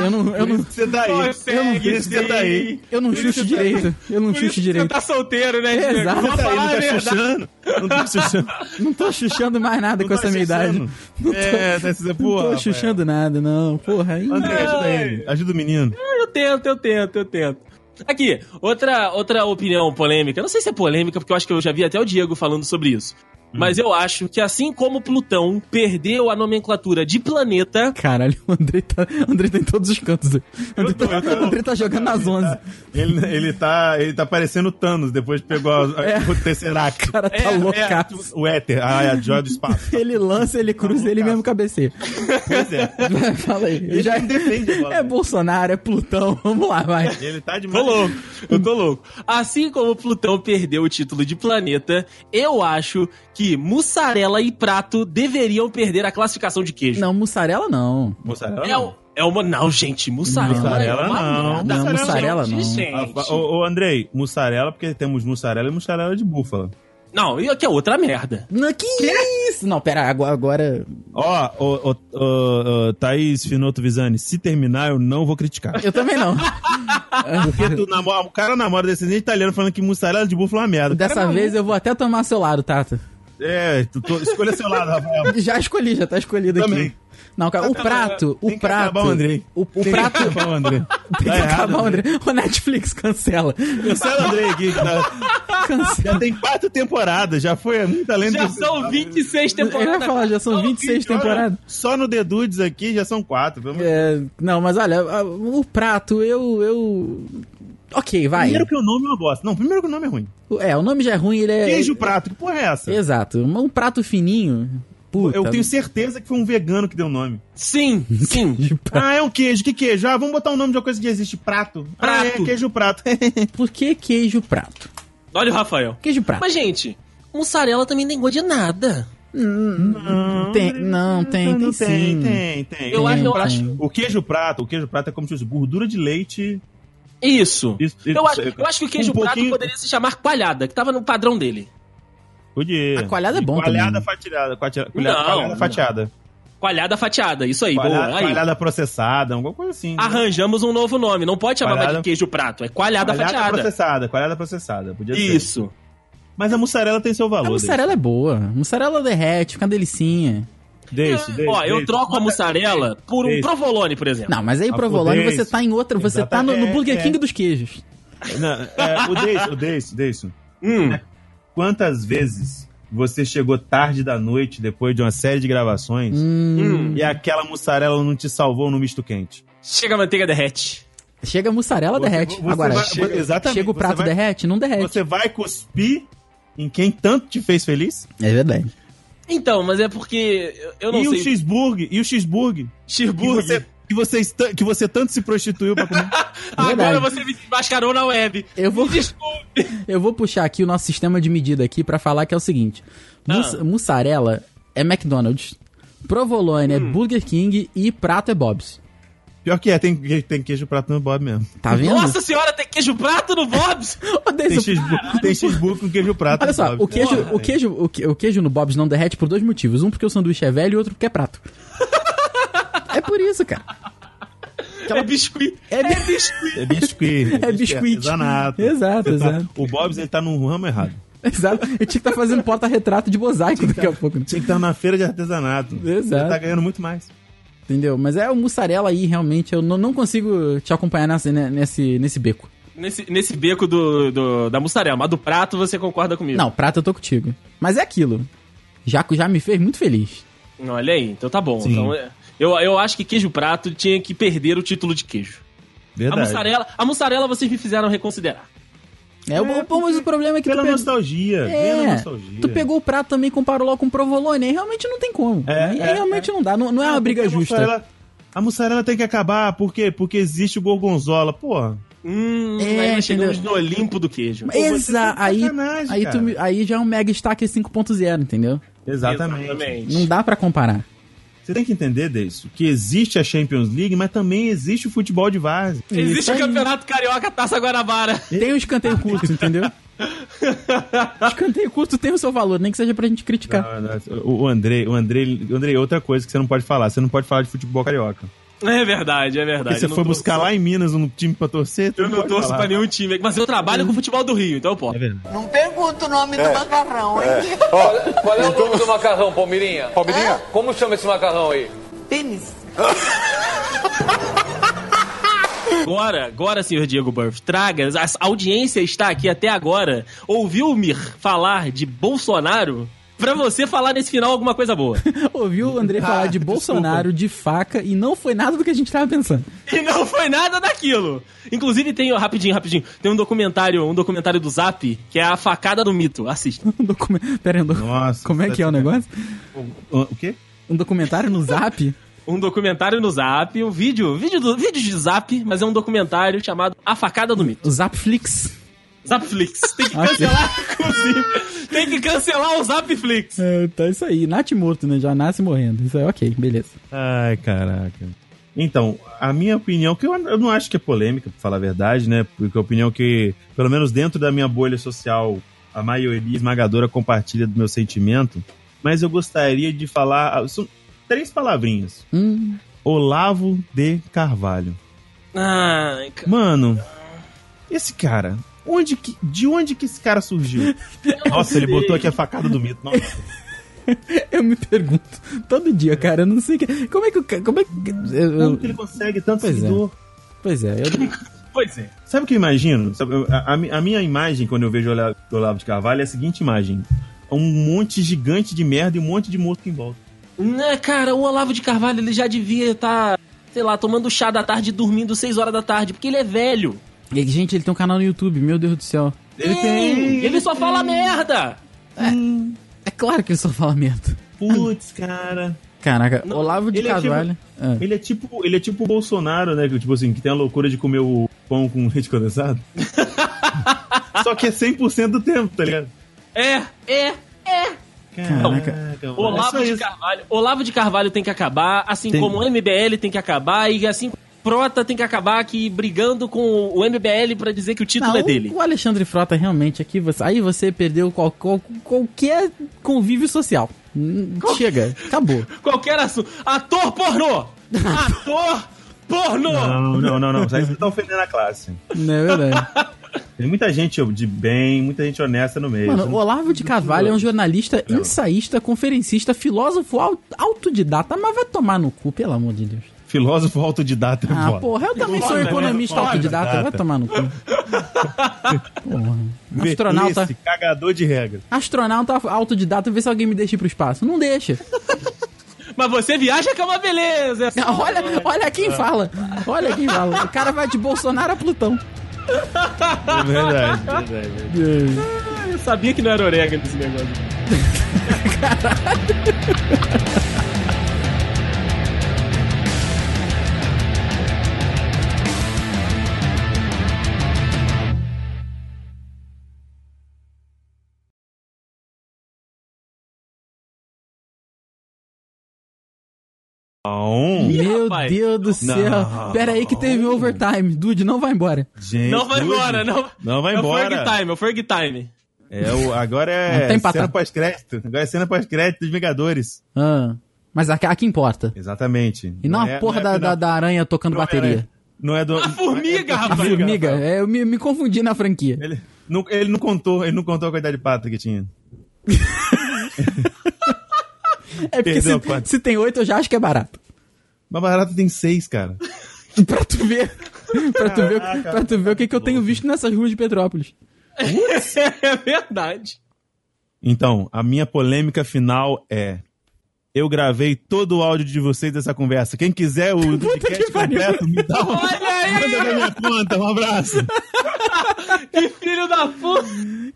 S2: eu não, eu não,
S4: Você tá aí. Por isso que você tá aí.
S2: eu não chucho direito. Eu não chucho
S3: Você
S2: direito.
S3: tá solteiro, né? Diego?
S2: Exato.
S3: Vamos
S4: Tá aí,
S3: falar
S4: não
S3: a
S4: tá
S3: verdade.
S4: chuchando. Não tá chuchando.
S2: Não tô chuchando mais nada
S4: Não
S2: com
S4: tá
S2: essa minha idade.
S4: chuchando.
S2: Não tô,
S4: É, tá se-
S2: não
S4: porra,
S2: tô
S4: Rafael.
S2: chuchando nada, não. Porra, aí.
S4: André, ajuda ele. Ajuda o menino.
S3: Eu tento, eu tento, eu tento. Aqui, outra, outra opinião polêmica. Não sei se é polêmica, porque eu acho que eu já vi até o Diego falando sobre isso.
S4: Hum.
S3: Mas eu acho que assim como Plutão perdeu a nomenclatura de planeta,
S2: Caralho, o André tá, o André tá em todos os cantos. O André
S4: tô,
S2: tá,
S4: eu tô.
S2: o André tá jogando nas 11.
S4: Ele, ele, tá, ele tá parecendo o Thanos, depois que pegou a- a- o Tesseract.
S2: O cara tá loucaço.
S4: o éter, a, a joia do espaço.
S2: Ele lança,
S4: Tá
S2: ele cruza, ele mesmo cabeceia.
S4: Pois é.
S2: Fala aí. Ele
S4: que defende a bola.
S2: É Bolsonaro, é Plutão, vamos lá, vai.
S4: Ele tá de
S3: tô louco, eu tô louco. Assim como Plutão perdeu o título de planeta, eu acho que mussarela e prato deveriam perder a classificação de queijo.
S2: Não, mussarela não.
S4: Mussarela.
S3: É, o- é uma. Não, gente, mussarela.
S4: Mussarela
S3: é uma
S4: não.
S3: merda.
S2: Não, mussarela
S3: Gente,
S2: não.
S3: gente.
S4: Ah, Ô, ô, Andrei, mussarela, porque temos mussarela e mussarela de búfala.
S3: Não, e aqui é outra merda.
S2: Não, que, isso? Não, pera, agora. agora-
S4: Ó, ô, ô, ô, ô, Thaís Finoto Visani, se terminar, eu não vou criticar.
S2: Eu também não.
S4: Porque tu namora, o cara namora descendente italiano falando que mussarela de búfala é uma merda.
S2: Dessa vez eu vou até tomar seu lado, Tato.
S4: É, tu, tu- escolha seu lado, Rafael.
S2: Já escolhi, já tá escolhido
S4: Também.
S2: aqui. Não, cara, o prato, o
S4: Tem que
S2: prato.
S4: acabar o Andrei.
S2: O, o
S4: Tem
S2: prato.
S4: que acabar o Andrei.
S2: Tem que
S4: Tá errado,
S2: acabar o
S4: Andrei.
S2: André. O Netflix cancela.
S4: Cancela o Andrei aqui. que tá-
S2: Cancela.
S4: já tem quatro temporadas, já foi muito além
S3: Já
S4: do-
S3: são 26
S2: Eu ia
S3: temporadas.
S2: falar, já são 26
S4: Olha,
S2: temporadas.
S4: Só no The Dudes aqui já são quatro. Vamos...
S2: É, não, mas olha, a- o prato, eu. eu... Ok, vai.
S4: Primeiro que o nome é uma bosta. Não, primeiro que o nome é ruim.
S2: É, o nome já é ruim, ele é.
S4: Queijo prato, que porra é essa?
S2: Exato. Um prato fininho. Puta.
S4: Eu tenho certeza que foi um vegano que deu o nome.
S3: Sim, sim.
S2: de prato.
S4: Ah, é um queijo, que queijo? Ah, vamos botar o nome de uma coisa que existe, prato. Ah, é
S3: Prato.
S4: queijo prato.
S2: Por que queijo prato?
S3: Olha o Rafael.
S2: Queijo prato.
S3: Mas, gente, mussarela também não gosto de nada.
S2: Não tem, não, tem, tem, sim.
S4: tem, tem.
S3: Eu acho, eu
S2: tem.
S3: acho.
S4: O queijo prato, o queijo prato é como se fosse gordura de leite.
S3: Isso. tá.
S4: Isso, isso,
S3: Eu acho,
S4: isso.
S3: eu acho que o queijo
S4: Um
S3: prato
S4: pouquinho-
S3: poderia se chamar coalhada, que tava no padrão dele.
S4: Podia.
S2: A coalhada é bom
S4: Coalhada
S2: também.
S4: fatiada. Coalhada,
S3: Não,
S4: coalhada
S3: não.
S4: fatiada.
S3: Coalhada fatiada, isso aí,
S4: Coalhada,
S3: boa. Aí.
S4: coalhada processada, alguma coisa assim. né?
S3: Arranjamos um novo nome, não pode chamar mais
S4: Coalhada-
S3: de queijo prato, é coalhada,
S4: Coalhada
S3: fatiada.
S4: processada, coalhada processada. Podia ser.
S3: Isso.
S4: Mas a mussarela tem seu valor.
S2: A mussarela é boa. A mussarela derrete, fica uma delicinha.
S4: Deixa, deixa,
S3: Ó,
S4: deixa.
S3: eu troco a mussarela por um
S4: Deixa.
S3: provolone, por exemplo.
S2: Não, mas aí
S4: A
S2: provolone
S4: pudez.
S2: você tá em outra, você tá no, no
S4: Exatamente,
S2: Burger
S4: é.
S2: King dos queijos.
S4: Não, é, o Deison, o Deison, Deison.
S3: Hum.
S4: Quantas vezes você chegou tarde da noite depois de uma série de gravações
S3: Hum.
S4: e aquela mussarela não te salvou no misto quente?
S3: Chega a manteiga derrete.
S2: Chega a mussarela,
S4: Você-
S2: derrete.
S4: você
S2: Agora,
S4: vai-
S2: chega,
S4: exatamente,
S2: chega o
S4: você
S2: prato,
S4: vai-
S2: derrete? Não
S3: É.
S2: derrete.
S4: Você vai cuspir em quem tanto te fez feliz?
S2: É verdade.
S3: Então, mas é porque eu- eu não
S4: E o
S3: sei.
S4: cheeseburger? E o cheeseburger? Que
S3: Cheeseburger.
S4: você, que, você está- que você tanto se prostituiu pra comer?
S3: Agora
S2: É Verdade.
S3: você me desmascarou na web.
S2: Eu vou-
S3: Me desculpe.
S2: Eu vou puxar aqui o nosso sistema de medida aqui pra falar que é o seguinte. Mus-
S3: Ah.
S2: Mussarela é McDonald's, provolone é Burger King e prato é Bob's.
S4: Pior que é, tem, tem queijo prato no Bob mesmo.
S2: Tá vendo?
S3: Nossa senhora, tem queijo prato no Bob's?
S2: Ô, Deison,
S4: Tem cheeseburger, tem cheeseburger com queijo prato.
S2: Olha
S4: no
S2: só,
S4: Bob.
S2: o queijo,
S4: Porra,
S2: o, queijo, o, que- o queijo no Bob's não derrete por dois motivos. Um porque o sanduíche é velho e outro porque é prato. é por isso, cara.
S3: É biscuit.
S2: É,
S3: biscuit.
S4: É biscuit.
S2: É biscuit.
S4: Artesanato.
S2: Exato,
S4: Você tá-
S2: exato.
S4: O Bob's, ele tá no ramo errado.
S2: Exato. Eu tinha que estar tá fazendo porta-retrato de mosaico daqui a pouco. né?
S4: Tinha que estar na feira de artesanato.
S2: Exato.
S4: Ele tá ganhando muito mais.
S2: Entendeu? Mas é o mussarela aí, realmente. Eu não, não consigo te acompanhar nessa- né, nesse, nesse beco.
S3: Nesse, nesse beco do, do- da mussarela, mas do prato você concorda comigo?
S2: Não, prato eu tô contigo. Mas é aquilo. Jaco já me fez muito feliz.
S3: Olha aí, então tá bom.
S4: Sim.
S3: Então, é- eu, eu acho que queijo prato tinha que perder o título de queijo. A
S4: Verdade.
S3: mussarela, a mussarela vocês me fizeram reconsiderar.
S2: É, o, o- mas o problema é que tu
S4: Pela
S2: pegou...
S4: nostalgia. Pela
S2: É,
S4: nostalgia.
S2: tu pegou o prato também e comparou logo com o provolone. Aí realmente não tem como.
S4: É,
S2: aí,
S4: é,
S2: aí realmente não dá. Não, não é uma briga
S4: Porque a
S2: justa.
S4: mussarela- A mussarela tem que acabar, por quê? Porque existe o gorgonzola. Porra.
S3: Hum,
S2: É,
S3: aí nós chegamos
S2: entendeu?
S3: no Olimpo do queijo.
S4: você tá de
S2: Exa, aí,
S4: sacanagem,
S2: aí, tu
S4: cara.
S2: me- aí já é um mega stack 5.0, entendeu?
S4: Exatamente.
S2: Não dá pra comparar.
S4: Você tem que entender, Deis, que existe a Champions League, mas também existe o futebol de várzea.
S2: Isso
S3: Existe o
S2: aí.
S3: campeonato carioca Taça Guarabara.
S2: Tem o escanteio curto, entendeu? escanteio curto tem o seu valor, nem que seja pra gente criticar.
S4: Não, é. não, Ah, né, O o Andrei, o Andrei, o Andrei, outra coisa que você não pode falar. Você não pode falar de futebol carioca.
S3: É verdade, é verdade.
S4: Porque você
S3: Eu não
S4: foi
S3: torço-
S4: buscar lá em Minas um time pra torcer. tu
S3: Eu não
S4: pode
S3: torço
S4: falar. Hum.
S3: pra nenhum time, mas eu trabalho com futebol do Rio, então eu posso.
S4: É verdade.
S5: Não pergunta o nome do macarrão, hein?
S6: Qual é, qual é o nome do macarrão, Palmeirinha?
S5: Palmeirinha?
S6: Como chama esse macarrão aí?
S5: Pênis.
S3: Agora, agora, senhor Diego Burff, traga. A audiência está aqui até agora. Ouviu-me falar de Bolsonaro? pra você falar nesse final alguma coisa boa.
S2: Ouviu o André
S4: Ah,
S2: falar de Bolsonaro, de faca, e não foi nada do que a gente tava pensando.
S3: E não foi nada daquilo. Inclusive tem, ó, rapidinho, rapidinho, tem um documentário, um documentário do Zap, que é a facada do mito. Assista.
S2: Um docu... Pera aí, um docu...
S4: Nossa,
S2: como é que é o negócio?
S4: O, Ah, o quê?
S2: Um documentário no Zap?
S3: Um documentário no Zap, um vídeo, vídeo, do, vídeo de Zap, mas é um documentário chamado A Facada do Mito.
S2: O Zapflix?
S3: Zapflix. Tem que cancelar, inclusive. Tem que cancelar o Zapflix.
S2: É, tá isso aí. Nate morto, né? Já nasce morrendo. Isso aí, ok, beleza.
S4: Ai, caraca. Então, a minha opinião, que eu, eu não acho que é polêmica, pra falar a verdade, né? Porque a opinião que, pelo menos dentro da minha bolha social, a maioria esmagadora compartilha do meu sentimento. Mas eu gostaria de falar. ah, São três palavrinhas:
S2: Hum,
S4: Olavo de Carvalho.
S3: Ai, cara.
S4: Mano, esse cara. Onde que, de onde que esse cara surgiu? Nossa, ele botou aqui a facada do mito. Nossa.
S2: eu me pergunto todo dia, cara. Eu não sei. Que... Como é que o. ca- Como é que. eu- eu-
S4: Como que ele consegue tanto
S2: Pois é.
S4: seguidor?
S2: Pois é, eu.
S3: Pois é.
S4: Sabe o que eu imagino? Sabe, eu- a, a mi- a minha imagem quando eu vejo o Ola- o Olavo de Carvalho é a seguinte imagem: É um monte gigante de merda e um monte de morto em volta.
S3: Né, cara, o Olavo de Carvalho ele já devia estar, sei lá, tomando chá da tarde e dormindo 6 horas da tarde, porque ele é velho.
S2: E, gente, ele tem um canal no YouTube, meu Deus do céu.
S4: Ele tem.
S3: Ele só fala merda.
S2: É claro que ele só fala merda.
S4: Putz, cara.
S2: Caraca,
S4: Não,
S2: Olavo de
S4: ele é tipo-
S2: Carvalho. Ah.
S4: Ele é tipo, ele é tipo o Bolsonaro, né? Que, tipo assim, que tem a loucura de comer o pão com leite condensado. Só que é 100% do tempo, tá ligado?
S3: É, é.
S2: Caraca.
S4: mano, é
S3: Olavo
S4: só
S3: de
S4: isso.
S3: Carvalho. Olavo de Carvalho tem que acabar, assim
S4: Tem.
S3: como o MBL tem que acabar e assim como o Prota tem que acabar aqui brigando com o MBL pra dizer que o título
S2: Não,
S3: é
S2: o-
S3: dele.
S2: O Alexandre Frota realmente aqui, você, aí você perdeu qual- qual- qualquer convívio social. Hum, Chega, acabou.
S3: Qualquer assunto. Ator pornô! Ator pornô!
S4: Não, não, não, não. Vocês estão ofendendo a classe.
S2: Não é verdade.
S4: Tem muita gente de bem, muita gente honesta no meio.
S2: Mano, o Olavo de Carvalho é um jornalista, ensaísta, conferencista, filósofo au- autodidata, mas vai tomar no cu, pelo amor de Deus.
S4: Filósofo autodidata. é
S2: Ah,
S4: foda.
S2: porra, eu também sou economista
S4: Foda.
S2: autodidata, vai tomar no cu. Porra. Astronauta,
S4: Esse cagador de regra.
S2: astronauta autodidata, vê se alguém me deixa ir pro espaço. Não deixa.
S3: Mas você viaja que é uma beleza!
S2: Olha, olha quem fala. Olha quem fala. O cara vai de Bolsonaro a Plutão.
S4: É verdade, é verdade.
S3: Eu sabia que não era orégano esse negócio.
S4: Bom,
S2: Meu
S3: rapaz.
S2: Deus do céu. Pera aí que teve um overtime. Dude, não vai embora.
S4: gente,
S3: Não vai
S4: hoje-
S3: embora, não.
S4: Não vai
S3: é
S4: embora.
S3: o Ferg Time, é o Ferg Time.
S4: É o, agora é
S2: Não tem
S4: cena
S2: empatado.
S4: pós-crédito. Agora é cena pós-crédito dos Vingadores.
S2: Ah, mas aqui, aqui importa.
S4: Exatamente.
S2: E não,
S4: é-
S2: a porra
S4: é
S2: da,
S4: final-
S2: da, da aranha tocando
S4: não é-
S2: bateria.
S4: não é do.
S3: A formiga,
S2: A
S3: rapaz.
S2: formiga. É, eu me, me confundi na franquia.
S4: Ele não, ele não contou, ele não contou a quantidade de pata que tinha.
S2: É porque se,
S4: Perdeu a conta.
S2: se tem oito, eu já acho que é barato.
S4: Mas barato tem seis, cara.
S2: Pra tu ver. pra, tu ver pra tu ver o que, que eu tenho visto nessas ruas de Petrópolis.
S3: é verdade.
S4: Então, a minha polêmica final é. Eu gravei todo o áudio de vocês dessa conversa. Quem quiser o podcast
S2: pariu.
S4: completo, me dá uma,
S3: Olha aí,
S4: manda na minha conta. Um abraço.
S3: que filho da puta!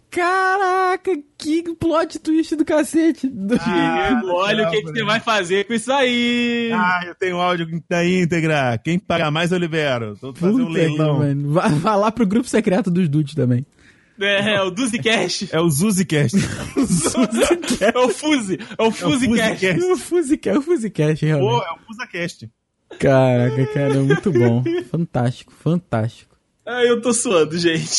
S2: Caraca, que plot twist do cacete.
S4: Diego,
S3: Olha o que, que você vai fazer com isso aí.
S4: né? Ah, eu tenho áudio da íntegra. Quem pagar mais eu libero. Tô fazendo um leilão.
S2: mano. Vai, vai lá pro grupo secreto dos dudes também.
S3: É, o Duzicast.
S4: É o Zuzicast.
S3: É o Fuse. É o Fuzicast.
S4: Fuzicast.
S2: O Fuzicast, o Fuzicast, realmente.
S4: Pô, é o Fusacast.
S2: Caraca, cara, muito bom. Fantástico, fantástico.
S3: Ah, eu tô suando, gente.